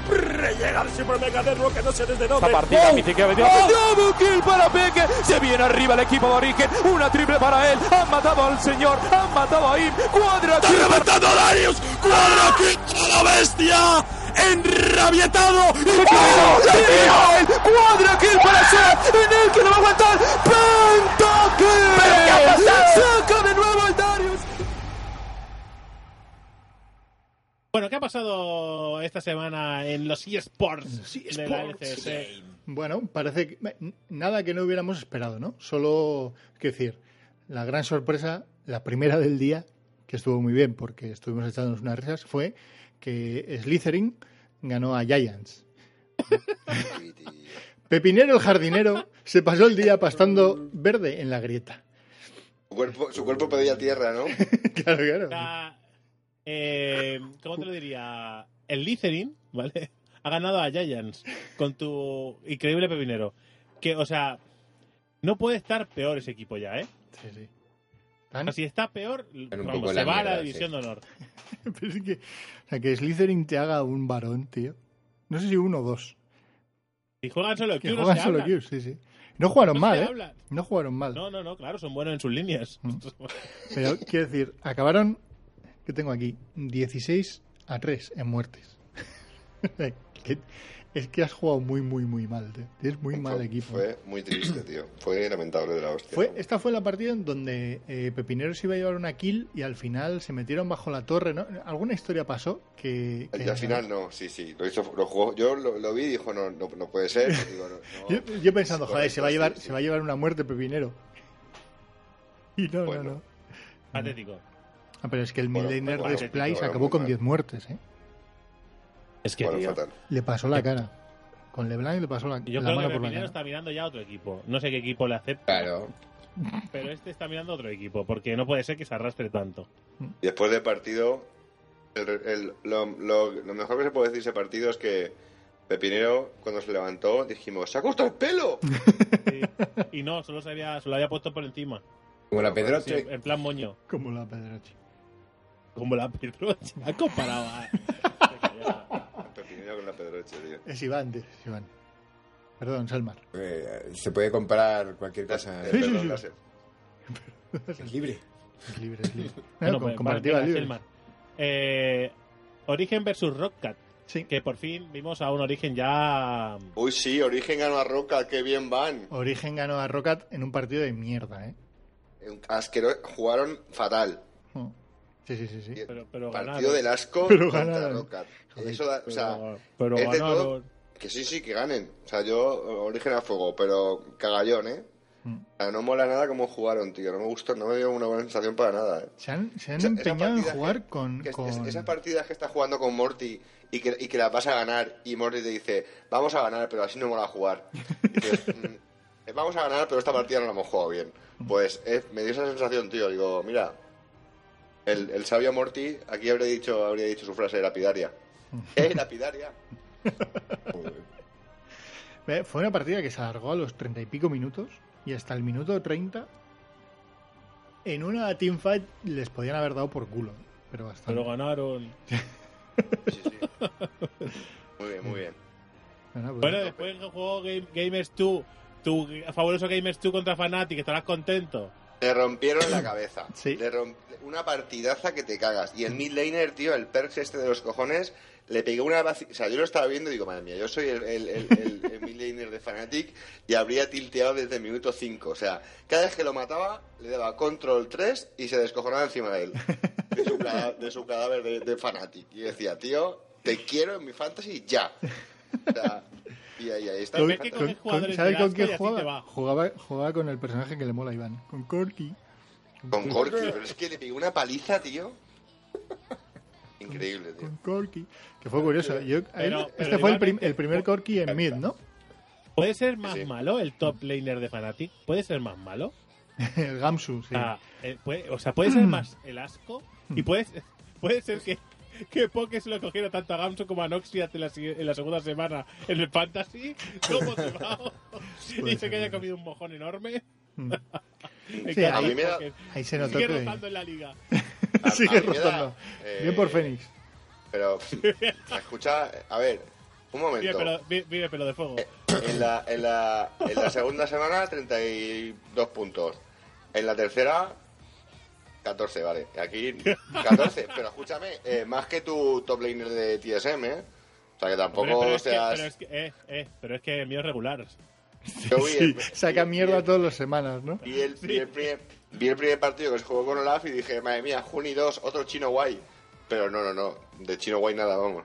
H: ¡Rellegar siempre Mega de Roque! ¡No sé desde dónde! ¡Oh! ¡Está partida! ¡Mítico ha metido! ¡Double kill para Peque! ¡Se viene arriba el equipo de origen! ¡Una triple para él! ¡Han matado al señor! ¡Han matado a Im! ¡Cuadra ¡Ah! kill! ¡Está reventando a Darius! ¡Cuadra kill a la bestia! ¡Enrabietado! ¡Y ¡Cuadra kill! ¡Cuadra kill para Seth! ¡En el que no va a aguantar! ¡Pentakill! ¡Pero ¡Saca de nuevo el Darius!
B: Bueno, ¿qué ha pasado esta semana en los eSports de la LCS?
C: Bueno, parece que, n- nada que no hubiéramos esperado, ¿no? Solo, es decir, la gran sorpresa, la primera del día, que estuvo muy bien porque estuvimos echándonos unas risas, fue que Slytherin ganó a Giants.
D: Y- y-
C: Pepinero el jardinero se pasó el día pastando verde en la grieta.
D: Su cuerpo, su cuerpo pedía tierra, ¿no?
C: Claro, claro.
B: Está, eh, ¿Cómo te lo diría? El Licerin, ¿vale? Ha ganado a Giants con tu increíble pepinero. Que, o sea, no puede estar peor ese equipo ya, ¿eh?
C: Sí, sí.
B: O
C: Tan-
B: sea, si está peor,
E: un
B: vamos,
E: poco
B: se
E: la
B: va a la
E: mierda,
B: división
E: sí.
B: de honor.
C: Pero es que, o sea, que Slytherin te haga un varón, tío. No sé si uno o dos.
B: Si juegan solo
C: Que
B: Q, no
C: juegan
B: se
C: solo
B: hablan.
C: Qs, sí, sí. No jugaron
B: No
C: mal,
B: se
C: ¿eh? Mm.
B: hablan.
C: No jugaron mal.
B: No, no, no, claro, son buenos en sus líneas.
C: Pero quiero decir, acabaron, que tengo aquí, 16 a 3 en muertes. Que- es que has jugado muy, muy, muy mal. tío. Tienes muy mal
D: Fue-
C: equipo.
D: Fue muy triste, tío. Fue lamentable de la hostia.
C: Fue, esta fue la partida en donde eh, Pepinero se iba a llevar una kill y al final se metieron bajo la torre. ¿no? Alguna historia pasó que... que-
D: Y al final no, sí, sí, lo hizo, lo jugó. Yo lo, lo vi y dijo, no, no, no puede ser. Digo, no, no.
C: Yo, yo pensando,
D: Sí,
C: joder, se va, a
D: correcto,
C: llevar,
D: sí, sí.
C: se va a llevar una muerte Pepinero. Y no,
D: Bueno.
C: no, no.
B: Patético.
C: Ah, pero es que el
D: Bueno,
C: Midlaner
D: bueno, este
C: de Splice
D: bueno,
C: acabó con
D: bueno.
C: 10 muertes, ¿eh?
B: Es que,
D: Bueno,
B: tío,
D: fatal.
C: Le pasó la cara. Con LeBlanc le pasó la,
B: yo
C: la
B: creo
C: mano
B: que
C: por la
B: Pepinero
C: cara.
B: está mirando ya a otro equipo. No sé qué equipo le acepta,
E: Claro.
B: pero este está mirando a otro equipo, porque no puede ser que se arrastre tanto.
D: Y Después del partido, el- el- lo, lo- lo mejor que se puede decir de ese partido es que Pepinero, cuando se levantó, dijimos, ¡se ha cortado el pelo!
B: Sí. Y no, solo se, había, se lo había puesto por encima.
E: Como la
B: Sí, eh.
E: Pedroche.
B: en plan moño.
C: Como la pedroche.
B: Como la Pedroche. Ha comparado a...
D: Pepinero con la pedroche, tío.
C: Es Iván, tío, es Iván. Perdón, Salmar.
E: eh, se puede comparar cualquier cosa.
D: El
C: Sí, sí,
D: pelo
C: sí.
D: láser.
E: Es libre.
C: Es libre, es libre.
B: Bueno,
C: Bueno, con
B: pues,
C: comparativa
B: venga,
C: libre.
B: Selmar. Eh, Origen versus Rockcat.
C: Sí.
B: Que por fin vimos a un Origen ya...
D: Uy, sí, Origen ganó a Roca, qué bien van.
C: Origen ganó a Rocket en un partido de mierda, ¿eh?
D: Asquero, jugaron fatal.
C: Oh. Sí, sí, sí, sí.
B: Pero, pero
D: Partido
B: ganaron.
D: del asco
C: Pero
D: contra
C: ganaron.
D: Roca. Eso da- o
B: Pero-
D: sea,
B: pero
D: es de
B: ganaron.
D: todo- Que sí, sí, que ganen. O sea, yo origen a fuego, pero cagallón, ¿eh?
C: Mm.
D: O sea, no mola nada cómo jugaron, tío. No me gustó, no me dio una buena sensación para nada, ¿eh?
C: Se han, se han
D: Esa- esa
C: empeñado en
D: partida que-
C: jugar con...
D: Que es-
C: con-
D: es- esas partidas que estás jugando con Morty y que, y que las vas a ganar y Morty te dice, vamos a ganar, pero así no mola jugar. Y dices, "Mm, eh, vamos a ganar, pero esta partida no la hemos jugado bien. Pues eh, me dio esa sensación, tío. Digo, mira, el, el sabio Morty aquí habría dicho, habría dicho su frase lapidaria. ¡Eh, lapidaria!
C: Eh, Fue una partida que se alargó a los treinta y pico minutos y hasta el minuto 30 en una teamfight les podían haber dado por culo, pero bastante.
B: Pero ganaron.
D: Sí, sí. Muy bien, muy bien.
C: Bueno, pues,
B: Bueno, después que jugó Game- Gamers 2, tu fabuloso Gamers 2 contra Fnatic, estarás contento.
D: Le rompieron la cabeza.
C: Sí.
D: Le romp- Una partidaza que te cagas. Y el mid laner, tío, el perks este de los cojones, le pegó una vaci- O sea, yo lo estaba viendo y digo, madre mía, yo soy el, el, el- el- el mid laner de Fnatic y habría tilteado desde el minuto 5. O sea, cada vez que lo mataba, le daba control 3 y se descojonaba encima de él. De su, cada- de su cadáver de, de Fnatic. Y decía, tío, te quiero en mi fantasy ya. O sea, y ahí, ahí está.
B: Lo
D: mi
B: ves que
D: fantasy.
B: con el jugador
C: ¿Sabes
B: entre
C: con
B: las
C: quién
B: calles y te va.
C: jugaba? jugaba? Jugaba con el personaje que le mola a Iván, con Corky.
D: Con Gorky, pero es que le pegó una paliza, tío. Increíble, tío.
C: Con Corky. Que fue curioso. Yo- a
B: Pero-
C: él-
B: pero
C: este fue el, prim-
B: igualmente-
C: el primer Corky en mid, ¿no?
B: ¿Puede ser más
D: Sí.
B: malo el top laner de Fnatic? ¿Puede ser más malo?
C: el Gamsu, sí.
B: O, sea, eh, puede, o sea, puede ser más el asco y puede, ser- puede ser que, que Poké se lo cogiera tanto a Gamsu como a Noxiat en la, si- en la segunda semana en el Fantasy como Tebao y
C: Puede
B: se
C: ser,
B: que haya
C: puede
B: comido un mojón enorme.
C: Mm.
B: Me
C: Sí,
B: encanta
D: a mí me da-
B: Poké.
C: Ahí se notó
B: Sigue
C: que...
B: rotando en la liga.
D: A- a
C: Sigue
D: mí me da,
C: rotando.
D: Ah, eh,
C: Bien por Fénix.
D: Pero, escucha, a ver, un
B: Vive
D: momento.
B: pelo, vi- vive pelo de
D: Eh,
B: fuego.
D: En la, en, la, en la segunda semana, 32 puntos. En la tercera, 14, vale. Aquí, 14. Pero escúchame, eh, más que tu top laner de TSM, ¿eh? O sea, que tampoco
B: Hombre, pero, es que,
D: seas...
B: pero es que, eh, eh, pero es que el mío es regular.
D: Yo vi
C: Sí,
D: el-
C: saca
D: vi-
C: mierda
D: vi-
C: todas las semanas, ¿no?
D: Vi el, vi, el primer, vi el primer partido que se jugó con Olaf y dije, madre mía, Juni 2, otro chino guay. Pero no, no, no, de chino guay nada, vamos.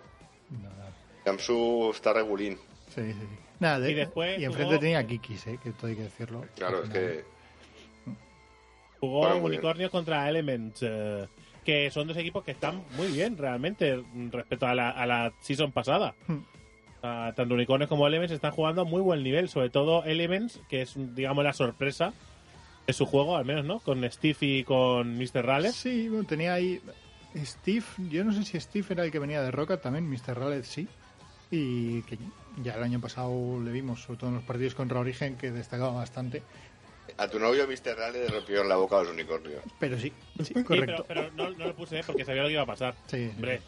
C: Nada.
D: Gamsu está regulín.
C: Sí, sí, sí. Nada, de-
B: Y después
C: y enfrente
B: jugó-
C: tenía a Kikis, ¿eh? que todo hay que decirlo.
D: Claro, es que.
B: Jugó
D: Bueno, muy bien.
B: Unicornios contra Elements, eh, que son dos equipos que están muy bien realmente mm, respecto a la, a la season pasada.
C: Hmm.
B: Ah, tanto Unicornios como Elements están jugando a muy buen nivel, sobre todo Elements, que es digamos la sorpresa de su juego, al menos, ¿no? Con Steve y con Mr. Rales.
C: Sí, bueno, tenía ahí Steve, yo no sé si Steve era el que venía de Roca también, Mr. Rallet sí, y que ya el año pasado le vimos, sobre todo en los partidos contra Origen, que destacaba bastante,
D: A tu novio, Mr. Rale, le rompieron la boca a los unicornios.
C: pero sí, sí,
B: Sí,
C: correcto.
B: pero pero no, no lo puse eh, porque sabía lo que iba a pasar.
C: Sí, sí.
B: Hombre.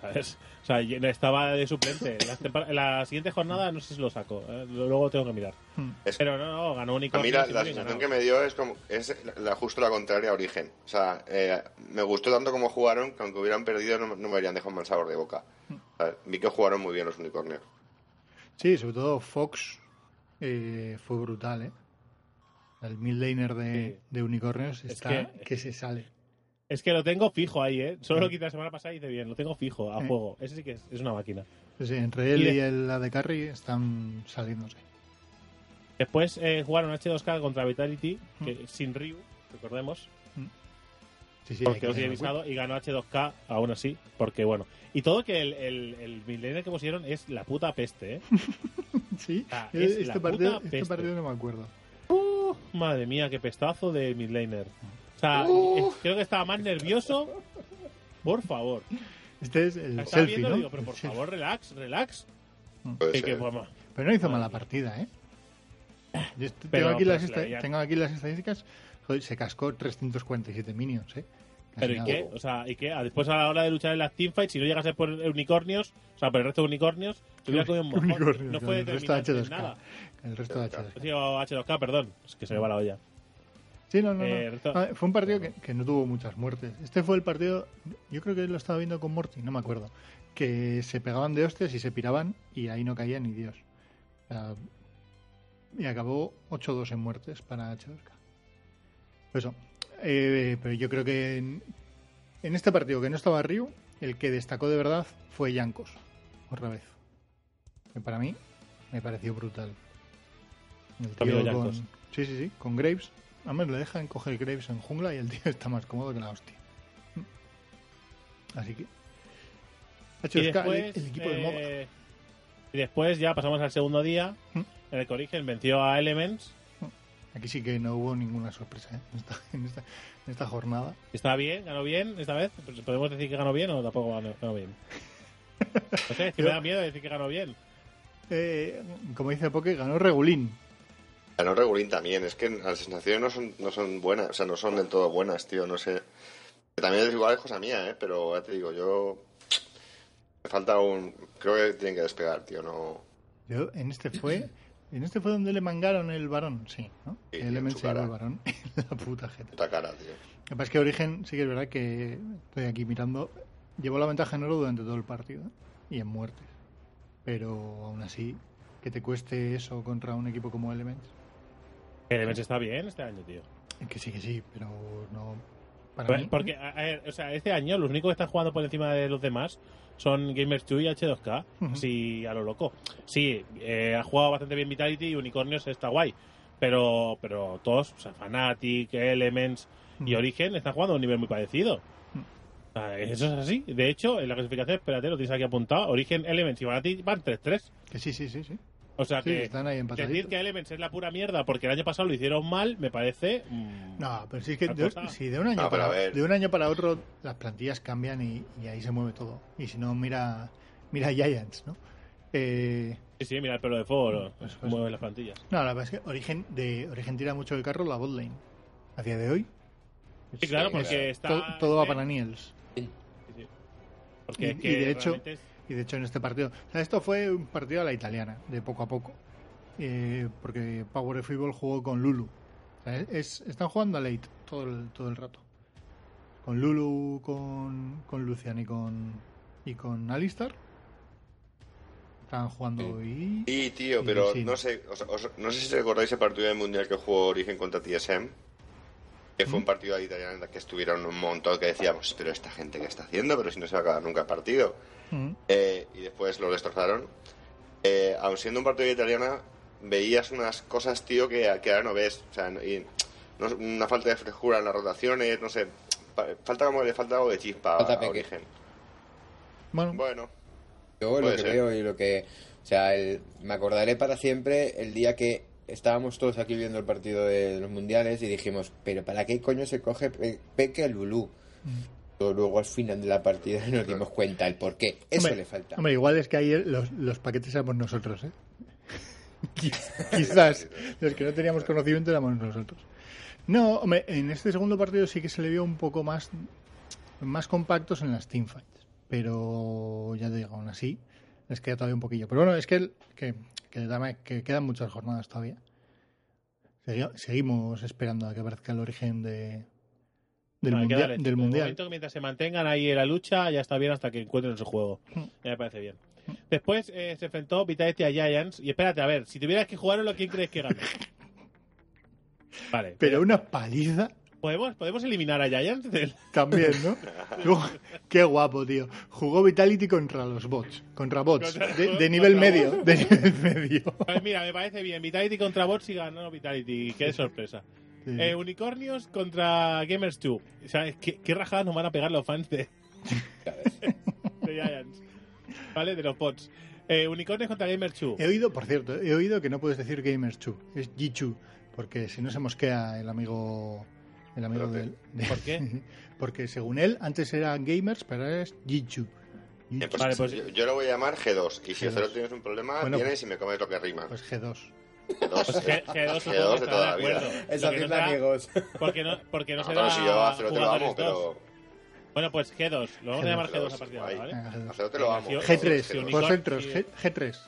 B: ¿Sabes? O sea, yo estaba de suplente. En la, tempor- en la siguiente jornada no sé si lo saco. eh, luego tengo que mirar.
C: Hmm.
D: Es-
B: Pero no, no, ganó
D: A
B: Unicornios.
D: mí la,
B: y
D: la
B: muy bien ganado.
D: sensación que me dio es como es la, justo la contraria a Origen. O sea, eh, me gustó tanto como jugaron que aunque hubieran perdido no, no me habrían dejado un mal sabor de boca. O sea, vi que jugaron muy bien los unicornios.
C: Sí, sobre todo Fox eh, fue brutal, ¿eh? El midlaner de,
B: Sí.
C: de unicornios
B: Es
C: está
B: que-
C: que... se sale.
B: Es que lo tengo fijo ahí, ¿eh? Solo
C: Sí.
B: lo quité la semana pasada y hice bien. Lo tengo fijo, a
C: Sí.
B: juego. Ese sí que es, es una máquina.
C: Sí, entre él
B: Y
C: y,
B: de-
C: el la de Carry están saliéndose.
B: Después eh, jugaron H2K contra Vitality, que, sin Ryu, recordemos,
C: Sí, sí, hay
B: porque
C: que
B: lo
C: tener
B: tiene visado, y ganó H2K aún así, porque bueno. Y todo que el, el, el midlaner que pusieron es la puta peste, ¿eh?
C: cuidado. Sí,
B: Ah,
C: yo
B: es la
C: este, partido,
B: puta
C: este
B: peste.
C: partido no me acuerdo.
B: Madre mía, qué pestazo de midlaner. O sea,
C: Uh.
B: eh, creo que estaba más nervioso. Por favor.
C: Este es el
B: Estaba
C: selfie,
B: viendo
C: ¿no?
B: digo, pero
C: El
B: por
C: selfie.
B: favor, relax, relax.
D: Puede
B: Que,
D: ser.
B: que, vamos,
C: Pero no hizo
B: Madre
C: mala
B: mía.
C: partida, ¿eh? Yo est-
B: Pero,
C: tengo, aquí
B: pues,
C: las esta-
B: la veían.
C: tengo aquí las estadísticas. Joder, se cascó 347 minions, ¿eh? Casi
B: Pero ¿y
C: nada.
B: qué? O sea, ¿y qué? Ah, Después a la hora de luchar en las teamfights, si no llegas a por unicornios, o sea, por el resto de unicornios, te hubieras comido un mojón.
C: Unicornio,
B: no
C: con
B: fue
C: el resto de
B: determinante en
C: H2K.
B: nada.
C: El resto de H2K.
B: Digo, H2K, perdón. Es que se me va la olla.
C: Sí, no, no, no.
B: Eh, resto-
C: Ah, Fue un partido que, que no tuvo muchas muertes. Este fue el partido, yo creo que lo estaba viendo con Morty, no me acuerdo, que se pegaban de hostias y se piraban y ahí no caía ni Dios. O sea, y acabó 8-2 en muertes para H2K. Pues eso. Eh, pero yo creo que en, en este partido que no estaba Ryu, el que destacó de verdad fue Yankos, otra vez. Que para mí me pareció brutal. El
B: Amigo
C: tío con,
B: Yankos.
C: sí, sí, sí, con Graves. Además le dejan coger Graves en jungla y el tío está más cómodo que la hostia. Así que...
B: Y
C: H2K,
B: después,
C: el, el equipo de MOBA.
B: eh, y después ya pasamos al segundo día,
C: Mm.
B: en el que Origen venció a Elements.
C: Aquí sí que no hubo ninguna sorpresa ¿eh? en, esta, en esta- en esta jornada.
B: Está bien, ganó bien esta vez. Pues, ¿Podemos decir que ganó bien o tampoco ganó, ganó bien? No sé, es que me da miedo decir que ganó bien.
C: Eh, como dice Poke, ganó Regulín.
D: Ganó Regulín también, es que las sensaciones no son, no son buenas, o sea, no son del todo buenas, tío, no sé. Que También es igual, es cosa mía, ¿eh? Pero ya te digo, yo. Me falta un. Creo que tienen que despegar, tío, no.
C: Yo en este fue En este fue donde le mangaron el varón, sí, ¿no? Que
D: Sí,
C: le
D: Eh, en su
C: mencionó
D: cara.
C: el varón. la puta jeta.
D: Puta cara, tío.
C: Lo que pasa es que Origen, sí que es verdad que estoy aquí mirando, llevó la ventaja en oro durante todo el partido y en muertes. Pero aún así, que te cueste eso contra un equipo como Elements,
B: Elements está bien este año, tío.
C: que sí, que sí, pero no. Para mí,
B: Pues, Porque, a, a ver, o sea, este año los únicos que están jugando por encima de los demás son Gamers 2 y H2K.
C: Ujú.
B: Sí, a lo loco. Sí, eh, ha jugado bastante bien Vitality y Unicornios está guay. Pero, pero todos, o sea, Fnatic, Elements y
C: Ujú.
B: Origen están jugando a un nivel muy parecido.
C: Ujú.
B: Ah, Eso es así. De hecho, en la clasificación, espérate, lo tienes aquí apuntado. Origen, Elements y Fnatic van 3-3.
C: que sí, sí, sí, sí.
B: O sea
C: Sí,
B: Ah, que
C: están ahí empataditos.
B: decir que Elements es la pura mierda porque el año pasado lo hicieron mal, me parece. mm,
C: No, pero sí es que
B: Una
C: de,
B: cosa.
C: si de un año
D: No, pero
C: para
D: a ver.
C: de un año para otro las plantillas cambian y, y ahí se mueve todo. Y si no mira mira Giants, ¿no? Eh,
B: Sí, sí, mira el pelo de fuego,
C: Eso es.
B: mueve las plantillas.
C: no, la verdad es que origen de origen tira mucho el carro la botlane. A día de hoy
B: Sí, claro,
E: Sí,
B: porque
E: claro.
B: está.
C: to- Eh, todo va
B: eh,
C: para Niels.
B: sí, sí. Porque es
C: Y- y
B: que
C: de hecho-
B: realmente es-
C: Y de hecho en este partido, o sea, esto fue un partido a la italiana, de poco a poco, eh, porque Power Football jugó con Lulu. O sea, es- están jugando a late todo el, todo el rato. Con Lulu, con, con Lucian y con, y con Alistar. Estaban jugando y...
D: Y, tío,
C: Sí,
D: pero
C: sí.
D: no sé os- os- no sé si recordáis el partido del Mundial que jugó Origen contra TSM. Que fue un partido de italiano en el que estuvieron un montón que decíamos, pero esta gente que está haciendo, pero si no se va a acabar nunca el partido.
C: Mm,
D: Eh, y después lo destrozaron. Eh, aun siendo un partido de italiana, veías unas cosas, tío, que, que ahora no ves. O sea, y no- una falta de frescura en las rotaciones, no sé. Pa- Falta como le falta algo de chispa
E: Falta
D: a- a
E: peque.
D: Origen.
C: Bueno,
D: Bueno,
E: Yo lo
D: Puede
E: que
D: ser.
E: veo y lo que. O sea, el- me acordaré para siempre el día que estábamos todos aquí viendo el partido de los mundiales y dijimos, ¿pero para qué coño se coge Pe- Peque al Lulú?
B: Mm.
E: Pero Luego al final de la partida nos dimos cuenta el por qué. Eso
C: hombre,
E: le falta.
C: hombre, igual es que ahí los, los paquetes éramos nosotros, ¿eh? Quiz- Quizás los que no teníamos conocimiento éramos nosotros. No, hombre, en este segundo partido sí que se le vio un poco más, más compactos en las teamfights. Pero ya te digo, aún así, les queda todavía un poquillo. Pero bueno, es que, el- que, que dame- que quedan muchas jornadas todavía. Segui- seguimos esperando a que aparezca el origen de, del,
B: no, hay que
C: mundial,
B: darle-
C: del
B: de
C: mundial.
B: momento que mientras se mantengan ahí en la lucha, ya está bien hasta que encuentren su juego.
C: Hmm.
B: Ya me parece bien.
C: Mm.
B: Después eh, se enfrentó Vitality a Giants. Y espérate, a ver, si tuvieras que jugarlo, ¿quién crees que gana? Vale.
C: Pero una paliza
B: ¿Podemos, ¿Podemos eliminar a Giants? Pues del-
C: También, ¿no? Luego, qué guapo, tío. Jugó Vitality contra los bots. Contra bots.
B: Contra-
C: de, de nivel
B: contra
C: medio. De nivel medio.
B: Pues mira, me parece bien. Vitality contra Bots y ganó Vitality. Qué sorpresa.
C: Sí.
D: Mm.
B: Eh, unicornios contra Gamers 2. O sea, ¿qué, qué rajadas nos van a pegar los fans de, de Giants? ¿Vale? De los bots. Eh, unicornios contra Gamers 2.
C: He oído, por cierto, he oído que no puedes decir Gamers 2. Es G2. Porque si no se mosquea el amigo. El amigo
D: Espérate.
C: del. de-
B: ¿Por qué?
C: Porque según él, antes era Gamers, pero ahora es G2.
D: eh, pues,
B: Vale, pues-
D: yo, yo lo voy a llamar G2. Y si
C: G2.
D: cero tienes un problema,
C: Bueno,
D: vienes y me comes lo que rima.
C: Pues G2.
D: G2,
B: Pues G- G2
D: G2
B: supongo que
D: de
B: estará
D: toda la
B: de
D: vida.
B: acuerdo.
E: Es
B: Lo que no
E: hacerle
B: será-
E: amigos.
B: Porque no, porque no
D: No,
B: será
D: claro, si yo a cero te lo
B: jugadores
D: amo,
B: dos.
D: pero.
B: Bueno, pues G2. Lo vamos a llamar G2 a partir de ahora,
D: guay.
B: ¿vale?
C: Venga, G2.
D: A cero te lo amo.
B: G2, sí,
D: G2.
C: G3. Por
B: Unicorn-
C: centros,
B: sí.
C: G- G3.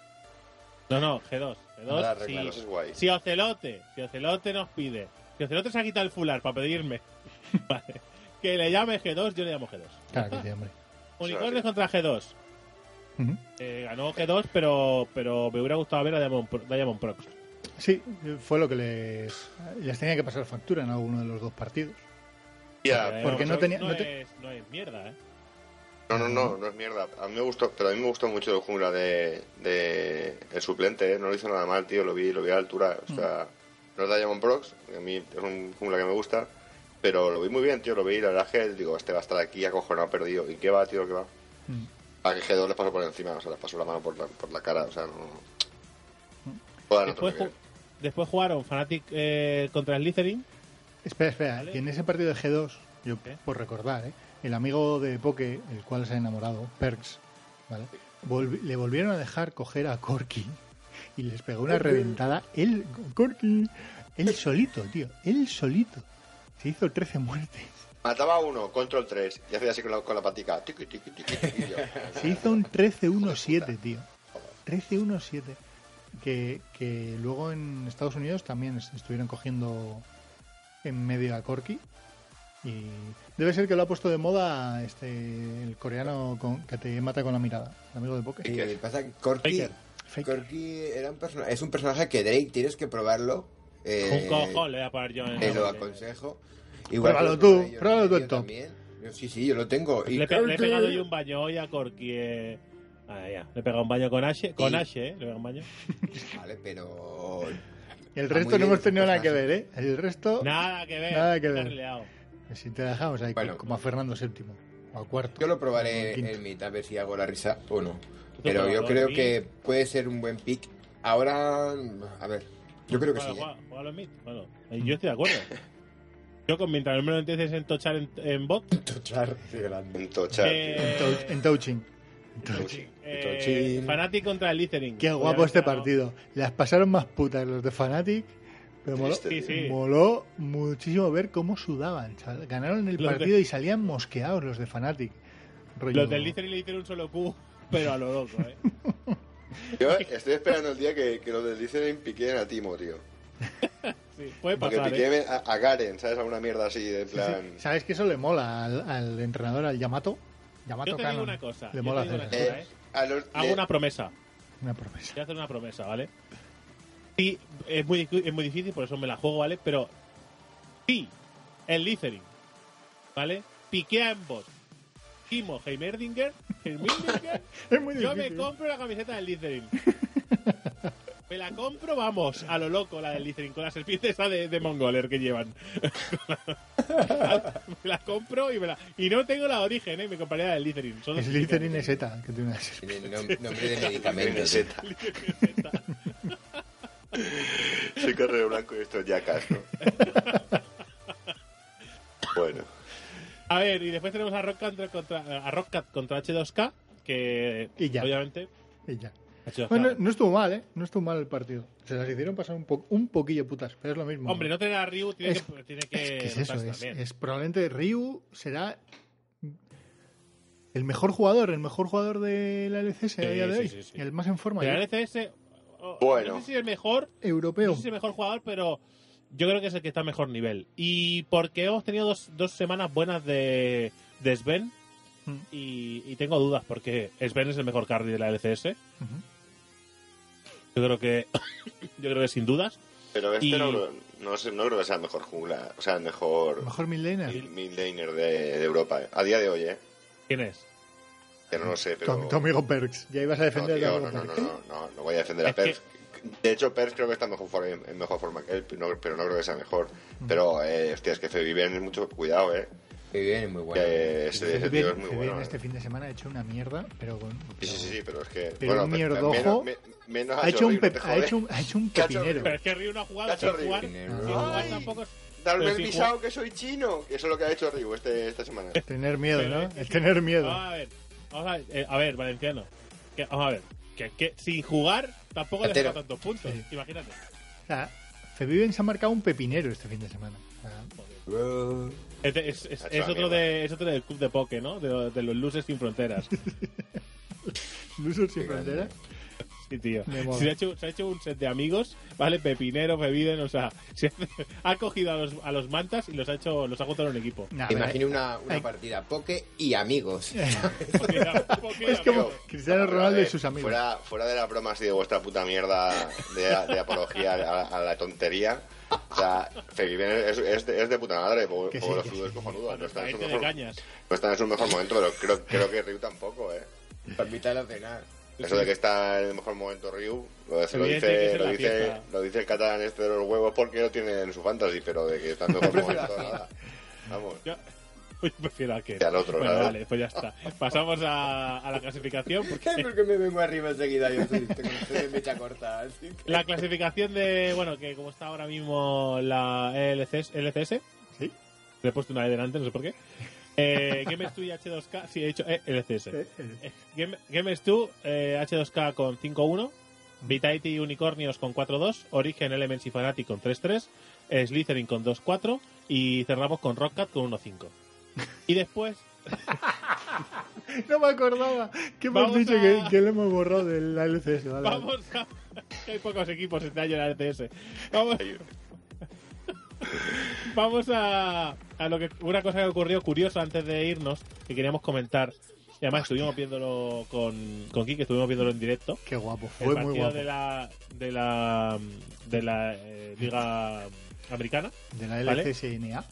B: No, no, G2.
E: Ahora
B: G2,
E: arreglalo.
D: Eso
B: sí.
D: es guay.
B: Si Ocelote, si Ocelote nos pide, si Ocelote se ha quitado el fular para pedirme vale, que le llame G2, yo le llamo G2.
C: Claro que sí, hombre.
B: Unicornios contra G2.
C: Ujú.
B: Eh, ganó G2, pero, pero me hubiera gustado ver a Diamond, Pro- Diamond Prox.
C: Sí, fue lo que les. Les tenía que pasar factura en alguno de los dos partidos.
D: Ya,
B: Eh,
C: porque
B: Diamond
C: no
B: Prox
C: tenía-
B: No,
C: no te-
B: es, no es mierda, ¿eh?
D: No, no, no, no es mierda. A mí me gustó, pero a mí me gustó mucho el jungla de, de el suplente, ¿eh? no lo hizo nada mal, tío, lo vi, lo vi a la altura, o sea, no es Diamond Prox, que a mí es un jungla que me gusta, pero lo vi muy bien, tío, lo vi, la verdad es que digo, este va a estar aquí acojonado, perdido, ¿y qué va, tío, qué va?
C: Mm.
D: A que G2 le pasó por encima, o sea, le pasó la mano por la, por la cara, o sea, no... Joder, no
B: Mm. Después,
D: otro nivel.
B: ju- después jugaron Fnatic eh, contra Slytherin.
C: Espera, espera,
B: Vale.
C: que en ese partido de G2, yo
B: ¿Eh?
C: por recordar, ¿eh? el amigo de Poke, el cual se ha enamorado, Perks, ¿vale? Volvi- le volvieron a dejar coger a Corky y les pegó una reventada. Él, Corky, él solito, tío, él solito. Se hizo 13 muertes.
D: Mataba a uno, control 3, y hacía así con la, con la patica, tiqui, tiqui, tiqui, tiqui, y yo,
C: Se hizo un 13-1-7, tío. 13-1-7. que, que luego en Estados Unidos también est- estuvieron cogiendo en medio a Corky. Y debe ser que lo ha puesto de moda este el coreano con- que te mata con la mirada, el amigo de Poké.
E: Y que pasa que Corky,
B: Faker.
C: Faker.
E: Corky era un persona- es un personaje que Drake tienes que probarlo. eh,
B: Un cojón le voy a pagar yo en
E: Te lo
B: la-
E: aconsejo.
C: Pruébalo
E: que
C: tú,
E: probé yo el
C: pruébalo tú,
E: vídeo
C: Tom.
E: también. Yo- Sí, sí, yo lo tengo. Y
B: Le, he pe- le he
E: Corky-
B: pegado yo un baño hoy a Corky. eh. Ah, ya. Le he pegado un baño con Ashe. Con
E: Y-
B: Ashe, eh. Le he pegado un baño.
E: Vale, pero...
C: El resto
E: Está muy
C: no
E: bien,
C: hemos tenido nada que
E: personaje.
C: ver, ¿eh? El resto,
B: Nada que ver.
C: Nada que
B: está
C: ver.
B: releado.
C: si te dejamos ahí,
E: Bueno.
C: como a Fernando VII o a cuarto.
E: Yo lo
C: o a
E: probaré
C: quinto.
E: en mitad a ver si hago la risa o no.
B: Tú
E: Pero yo ¿eh?
B: pruébalo,
E: creo
B: sí.
E: que puede ser un buen pick. Ahora, a ver, yo creo que
B: Juega-
E: sí. ¿eh?
B: juega- juega los mid, bueno. Y Yo estoy de acuerdo. Yo, con, mientras no me lo empieces a entochar en, en bot,
E: Tochar, qué grande.
D: En Tochar.
B: Eh,
C: En, tou- en Touching. En touching.
B: eh,
E: Tochín.
B: Fanatic contra el Littering.
C: Qué guapo este partido. Las pasaron más putas los de Fanatic. Pero moló,
D: Triste,
B: Sí,
D: tío.
B: Este, sí.
C: moló muchísimo ver cómo sudaban. chaval. Ganaron el
B: Los de-
C: partido y salían mosqueados los de Fanatic. Rollo-
B: Los del Littering le hicieron un solo Q, pero a lo loco, ¿eh?
D: Yo estoy esperando el día que, que los del Listening piquen a Timo, tío.
B: Sí, puede
D: Porque
B: pasar, ¿eh?
D: piquen a, a Garen, ¿sabes? A una mierda así, de
C: Sí, sí.
D: plan...
C: ¿Sabes que eso le mola al, al entrenador, al Yamato? Yamato
B: Yo te
C: Cannon.
B: digo una cosa.
C: Le
B: yo
C: mola
B: te digo
C: hacer
B: una
C: eso.
B: cosa,
D: Eh,
B: ¿eh?
D: a los-
B: Hago
D: le-
B: una promesa.
C: Una promesa.
B: Voy a hacer una promesa, ¿vale? Sí, es muy, dicu- es muy difícil, por eso me la juego, ¿vale? Pero sí, el Littering, ¿vale? Piquea en bot. Timo Heimerdinger, Heimerdinger
C: Es muy
B: Yo me
C: difícil.
B: compro la camiseta del Littering. Me la compro, vamos, a lo loco, la del Littering, con la serpiente esa de, de Mongoler que llevan. me la compro y me la. Y no tengo la origen, ¿eh? Me compraría la del Littering. Solo
C: Es
B: si quieres.
C: Littering Z, que tiene una
E: Tiene nom- nombre de
D: Tiene
E: medicamento. tío.
D: seta. Soy Correo Blanco y esto es Jackass, ¿no? bueno.
B: A ver, y después tenemos a Rockcat contra, contra- a Rockcat contra H2K, que
C: Y ya.
B: obviamente.
C: y ya.
B: H2K.
C: Bueno, no estuvo mal, ¿eh? No estuvo mal el partido. Se las hicieron pasar un, po- un poquillo putas, pero es lo mismo.
B: Hombre, no tener a Ryu tiene
C: Es-
B: que. Tiene
C: Es
B: que
C: que es eso,
B: notarse
C: es,
B: también.
C: es probablemente Ryu será el mejor jugador, el mejor jugador de la LCS a
B: Sí,
C: día de
B: sí,
C: hoy,
B: sí, sí.
C: el más en forma,
B: Pero
C: yo-
B: el LCS. o- o-
D: Bueno.
B: No sé si es mejor,
C: europeo.
B: No sé si es el mejor jugador, pero yo creo que es el que está a mejor nivel. Y porque hemos tenido dos, dos semanas buenas de, de Sven.
C: Mm.
B: Y, y tengo dudas porque Sven es el mejor carry de la LCS.
C: Ujú.
B: Yo creo que yo creo que sin dudas.
D: Pero este
B: Y-
D: no, creo- no, sé- no creo que sea el mejor jungla, o sea, el mejor,
C: Mejor mid laner.
D: mid- mid laner de, de Europa. eh. A día de hoy, ¿eh?
B: ¿Quién es?
D: Que no lo sé,
C: Tu-
D: pero...
C: Tu, amigo Perks, ya ibas a
D: No,
C: defender
D: tío,
C: a tu
D: no,
C: amigo
D: no, no,
C: Perks.
D: no, no, no voy a defender a
B: Es que-
D: Perks. De hecho, Perks creo que está en mejor forma, en mejor forma que él, pero no, pero no creo que sea mejor.
C: Mm.
D: Pero, eh, hostia, es que Febi Bien es mucho cuidado, ¿eh.
E: Muy bien, muy bueno.
D: que ese, ese tío es muy
C: Fede
D: bueno.
C: este
D: eh.
C: fin de semana ha hecho una mierda, pero con...
D: Sí, sí, sí, pero es que.
C: Pero un mierdojo.
D: menos- me- menos
C: Ha hecho, un
D: Chorri,
C: pep-
D: no te
C: ha,
D: jodes.
C: hecho un, ha hecho un
D: Cacho
C: pepinero.
B: Pero es que Ryu no ha jugado.
D: Cacho
B: Sin jugar,
D: Ryu.
B: sin
D: Ah,
E: Dinero.
B: jugar
D: Ay.
B: tampoco.
D: Darme
B: pero
D: el
B: si
D: visado que soy chino. que Eso es lo que ha hecho Ryu este, esta semana.
C: Tener miedo,
B: Pero
C: ¿no?
B: es que ah.
C: El
B: sí.
C: tener miedo.
B: Vamos a ver, vamos a ver, eh, a ver, Valenciano. Que- vamos a ver. Que, que sin jugar tampoco le
E: Entero.
B: saca tantos puntos.
C: Sí.
B: Imagínate.
C: O sea, Febiven se ha marcado un pepinero este fin de semana. O sea,
E: Bro.
B: Es, de- Este es- es-
D: Ha hecho
B: es
D: la
B: otro
D: mierda.
B: de, es otro del club de poke, ¿no? De, de los luces sin fronteras.
C: Loser sin fronteras.
B: Sí, tío.
C: Me mola.
B: Se ha, hecho, se ha hecho un set de amigos, ¿vale? Pepinero, Bebiden, o sea, se ha, ha cogido a los, a los mantas y los ha hecho, los ha juntado en un equipo.
C: Nah,
E: Te
C: pero-
E: imagino una, una
C: Ay.
E: partida poke y amigos.
B: Porque era- porque
C: Es
B: era
C: como
B: amigo.
C: Cristiano
D: No, pero,
C: Ronaldo
D: eh,
C: y sus amigos.
D: Fuera, fuera de la broma así de vuestra puta mierda de, de apología a, la- a la tontería. O sea, Febi Bien es, es de, es de puta madre. Porque
C: Que sí,
D: los
C: que
D: fútbol es
C: sí.
D: cojonudo. No está, en su
B: Caerte de
D: mejor,
B: cañas.
D: no está en su mejor momento, pero creo, creo que Ryu tampoco, ¿eh.
E: Permítalo cenar.
D: Eso de que está en el mejor momento Ryu, lo, se lo
B: Evidente que es
D: dice,
B: en
D: lo,
B: la
D: dice,
B: fiesta.
D: lo dice el catalán este de los huevos porque lo tiene en su fantasy, pero de que está en mejor momento nada. Vamos.
B: Yo, yo Pues prefiero a que.
D: Y al otro
B: bueno,
D: lado.
B: vale, pues ya está. Pasamos a, a la clasificación. Porque
E: Ay, ¿Por qué me vengo arriba enseguida? Yo soy, tengo estoy de mecha corta. así que-
B: la clasificación de. Bueno, que como está ahora mismo la E LCS. LCS
C: Sí.
B: Le he puesto una de delante, no sé por qué. Eh, Games 2 y H2K. Sí, he dicho eh, LCS.
C: Eh, eh.
B: Eh, Game- Games 2, eh, H2K con 5-1, Vitality y Unicornios con 4-2, Origen, Elements y Fanatic con 3-3, eh, Slytherin con 2-4 y cerramos con Rockcat con 1-5. Y después,
C: No me acordaba. ¿Qué hemos
B: Vamos
C: dicho
B: a-
C: que, que lo hemos borrado del LCS? Vale, vale.
B: vamos a, Hay pocos equipos este año en la LCS. Vamos, vamos a, a lo que una cosa que ocurrió curiosa antes de irnos que queríamos comentar. Y además estuvimos viéndolo con, con Kike, estuvimos viéndolo en directo.
C: Qué guapo,
B: El
C: fue
B: partido
C: muy guapo.
B: de la de la de la eh, liga americana.
C: De la
B: ¿Vale?
C: LCSNA.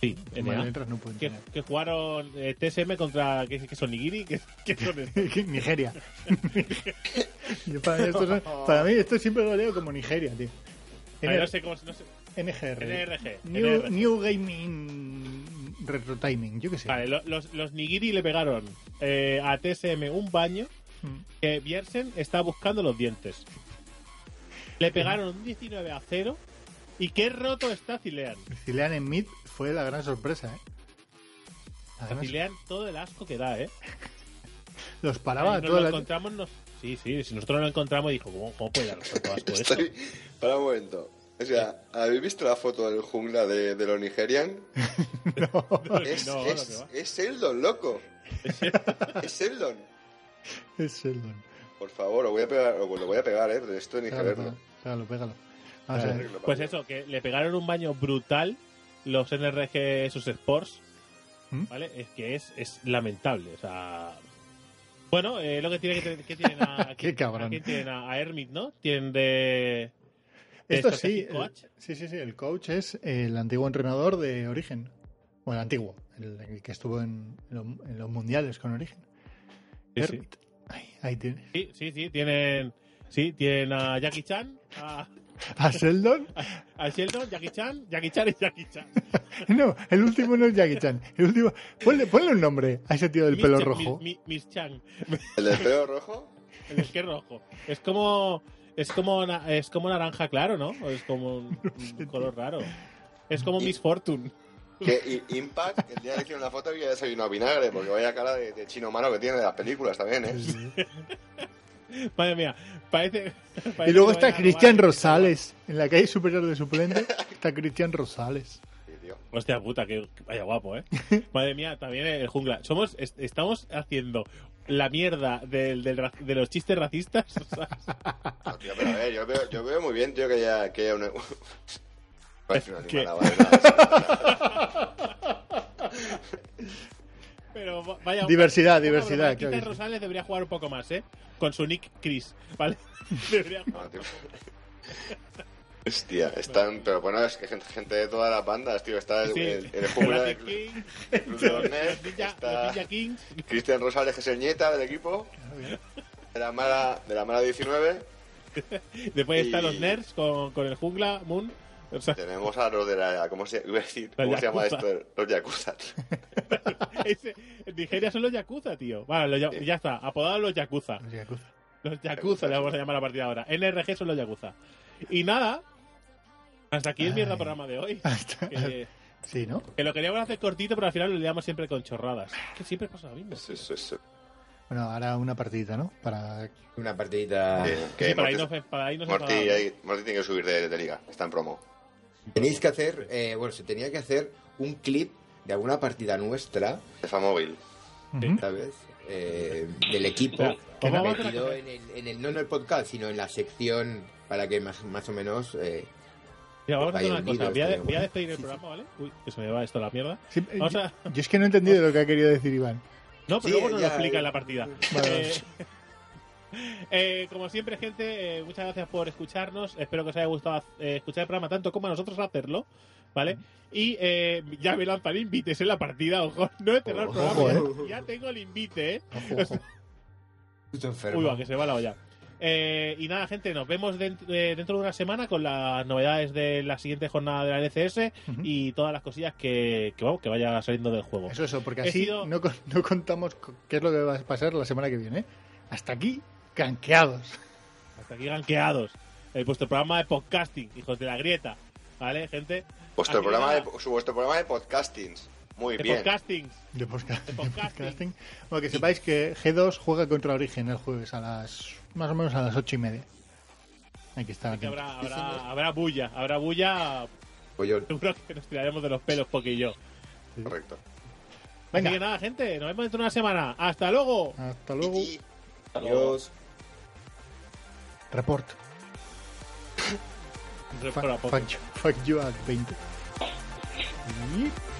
B: Sí, en
C: Bueno,
B: EA,
C: letras no pueden
B: que,
C: tener.
B: que jugaron eh, TSM contra que, que son Nigiri, que, que son estos.
C: Nigeria. Yo para, mí esto es- para mí esto siempre lo leo como Nigeria, tío.
B: Ay,
C: N-
B: no sé cómo se- no sé.
C: NGR.
B: NRG.
C: New, New Gaming Retro Timing, yo qué sé.
B: Vale, lo- los, los Nigiri le pegaron eh, a TSM un baño
C: Mm.
B: que Bjersen está buscando los dientes. Le pegaron un 19 a 0 y qué roto está Zilean.
C: Zilean en mid fue la gran sorpresa, ¿eh?
B: A
C: Además,
B: Zilean todo el asco que da, ¿eh?
C: los paraba
B: Ahí nos
C: toda
B: lo
C: la-
B: encontramos nos- Sí, sí, si nosotros lo encontramos dijo, ¿cómo, cómo puede dar tanto asco esto?
D: Estoy... Para un momento. O sea, ¿habéis visto la foto del jungla de, de los Nigerian?
B: No,
D: Es,
B: no, no, que
D: es,
B: va.
D: es Eldon, loco. es Seldon.
C: Es Sheldon.
D: Por favor, lo voy a pegar, lo, lo voy a pegar, eh. Esto ni que
C: Pégalo,
D: verlo.
C: pégalo, pégalo, pégalo. Vamos a ver.
B: Pues eso, que le pegaron un baño brutal los NRG sus sports.
C: ¿Mm?
B: ¿Vale? Es que es, es lamentable. O sea. Bueno, eh, lo que tiene que, que tienen a.
C: Qué cabrón.
B: ¿a quién tienen? A, a Hermit, ¿no? Tienen de. de
C: Esto sí,
B: Strategic
C: el-
B: Coach.
C: sí, sí, sí, el coach es el antiguo entrenador de Origen. O el antiguo, el, el que estuvo en, lo- en los mundiales con Origen.
B: Sí, sí.
C: Hermit. Ahí, ahí tiene.
B: Sí, sí, sí, tienen. Sí, tienen a Jackie Chan, a,
C: ¿A Sheldon?
B: a Sheldon, Jackie Chan, Jackie Chan y Jackie Chan.
C: No, el último no es Jackie Chan. El último. Ponle, ponle un nombre a ese tío del
B: Miss
C: pelo
B: Chan-
C: rojo.
B: Miss- Miss- Miss Chan.
D: ¿El del pelo rojo?
B: El es que es rojo. Es como. Es como, na- es como naranja claro, ¿no? O es como un, un color raro. Es como Miss Fortune.
D: Que i- Impact, el día que hicieron la foto, había desayunado vinagre, porque vaya cara de, de chino malo que tiene de las películas también, eh.
B: Madre mía, parece.
C: Y luego está Cristian Rosales. En la calle superior de suplente está Cristian Rosales.
D: Sí, tío.
B: Hostia puta, que vaya guapo, ¿eh? Madre mía, también el jungla. Somos, es- estamos haciendo la mierda del, del ra- de los chistes racistas. o sea,
D: No, tío, pero a ver, yo veo, yo veo muy bien, tío, que haya, que haya una... Parece una
B: ¿Qué?
D: animada, vale, nada,
B: pero va- vaya.
C: Diversidad,
B: Poca broma,
C: diversidad. claro
B: Cristian
C: que sí.
B: Rosales debería jugar un poco más, ¿eh? Con su nick Chris, ¿vale? Debería jugar.
D: no, tío. Hostia, están... Pero bueno, es que gente, gente de todas las bandas, tío. Está el,
B: Sí,
D: el, el
B: el
D: jungla
B: Latin
D: del
B: King,
D: Club de los
B: los
D: Nerds,
B: Ninja-
D: está
B: los Ninja Kings.
D: Cristian Rosales, que es el nieta del equipo, de la mala, de la mala 19.
B: Después están
D: Y-
B: los nerds con, con el jungla, Moon. O sea,
D: Tenemos a los de la... ¿Cómo se, iba a decir,
B: Los
D: ¿cómo se llama
B: Yakuza.
D: esto? Los Yakuza, tío.
B: ese- en Nigeria son los Yakuza, tío. Vale, los ya, ya está, apodados los Yakuza.
C: Los Yakuza.
B: Los Yakuza le vamos a llamar a partir de ahora. NRG son los Yakuza. Y nada, hasta aquí el mierda
C: Ay.
B: programa de hoy.
C: Hasta-
B: Que,
C: Sí, ¿no?
B: que lo queríamos hacer cortito, pero al final lo liamos siempre con chorradas. Que siempre pasa lo mismo.
D: Sí, sí, sí.
C: Bueno, ahora una partidita, ¿no? Para
E: Una partidita.
D: Eh, que
B: Sí, para ahí
D: Morty-
B: nos, para ahí nos
D: Morty,
B: enfadamos.
D: ahí- Morty tiene que subir de, de liga, está en promo.
E: Tenéis que hacer, eh, bueno, se tenía que hacer un clip de alguna partida nuestra,
D: Jefa móvil.
C: Ujú.
E: tal vez, eh, del equipo,
B: Espera,
E: que
B: ¿cómo
E: me ha
B: vamos a la
E: metido
B: cosa?
E: en el, en el- no en el podcast, sino en la sección para que más, más o menos... eh,
B: Mira, vamos a hacer una
E: Bayern
B: cosa.
E: League,
B: Voy a, voy a
E: estaría bueno.
B: despedir el programa, ¿vale? Uy, que se me va esto a la mierda.
C: Sí, eh,
B: Vamos
C: yo,
B: a-
C: yo es que no he entendido lo que ha querido decir Iván.
B: No, pero
E: Sí,
D: eh,
B: luego nos
E: ya,
B: lo explica
E: ya.
B: en la partida.
C: Vale.
B: Eh, eh, como siempre, gente, eh, muchas gracias por escucharnos. Espero que os haya gustado eh, escuchar el programa tanto como a nosotros hacerlo, ¿vale? Y eh, ya me lanzan invites en la partida, ojo. No he cerrado el
E: Ojo,
B: programa,
E: eh.
B: ya, ya tengo el invite, ¿eh?
C: Ojo, ojo.
E: estoy enfermo.
B: Uy, va, que se va la olla. Eh, y nada, gente, nos vemos dent- eh, dentro de una semana con las novedades de la siguiente jornada de la LCS
C: Ujú.
B: y todas las cosillas que, que, vamos, que vaya saliendo del juego.
C: Eso, eso, porque
B: He
C: así
B: sido-
C: no, con- no contamos co- qué es lo que va a pasar la semana que viene. Hasta aquí, canqueados.
B: Hasta aquí ganqueados. El vuestro programa de podcasting, hijos de la grieta. ¿Vale, gente?
D: Vuestro
B: Aquí
D: programa, de,
B: nada.
D: su- vuestro programa de podcastings. Muy
B: Ah, De
D: bien.
B: podcasting.
C: De, posca-
B: De
C: de
B: podcasting.
C: podcasting. Bueno, que sepáis que G2 juega contra Origen el jueves a las más o menos a las ocho y media. Aquí está.
B: Que habrá, habrá, habrá bulla. Habrá bulla.
E: Pollón.
B: Seguro que nos tiraremos de los pelos, Poki y yo.
D: Correcto.
B: Así que
C: Venga, Ah,
B: nada, gente. Nos vemos dentro de una semana. ¡Hasta luego!
C: hasta luego.
D: Y-
E: Adiós.
C: Report.
B: Re-
C: Fuck,
B: para poco.
C: fuck you, fuck you at 20. Y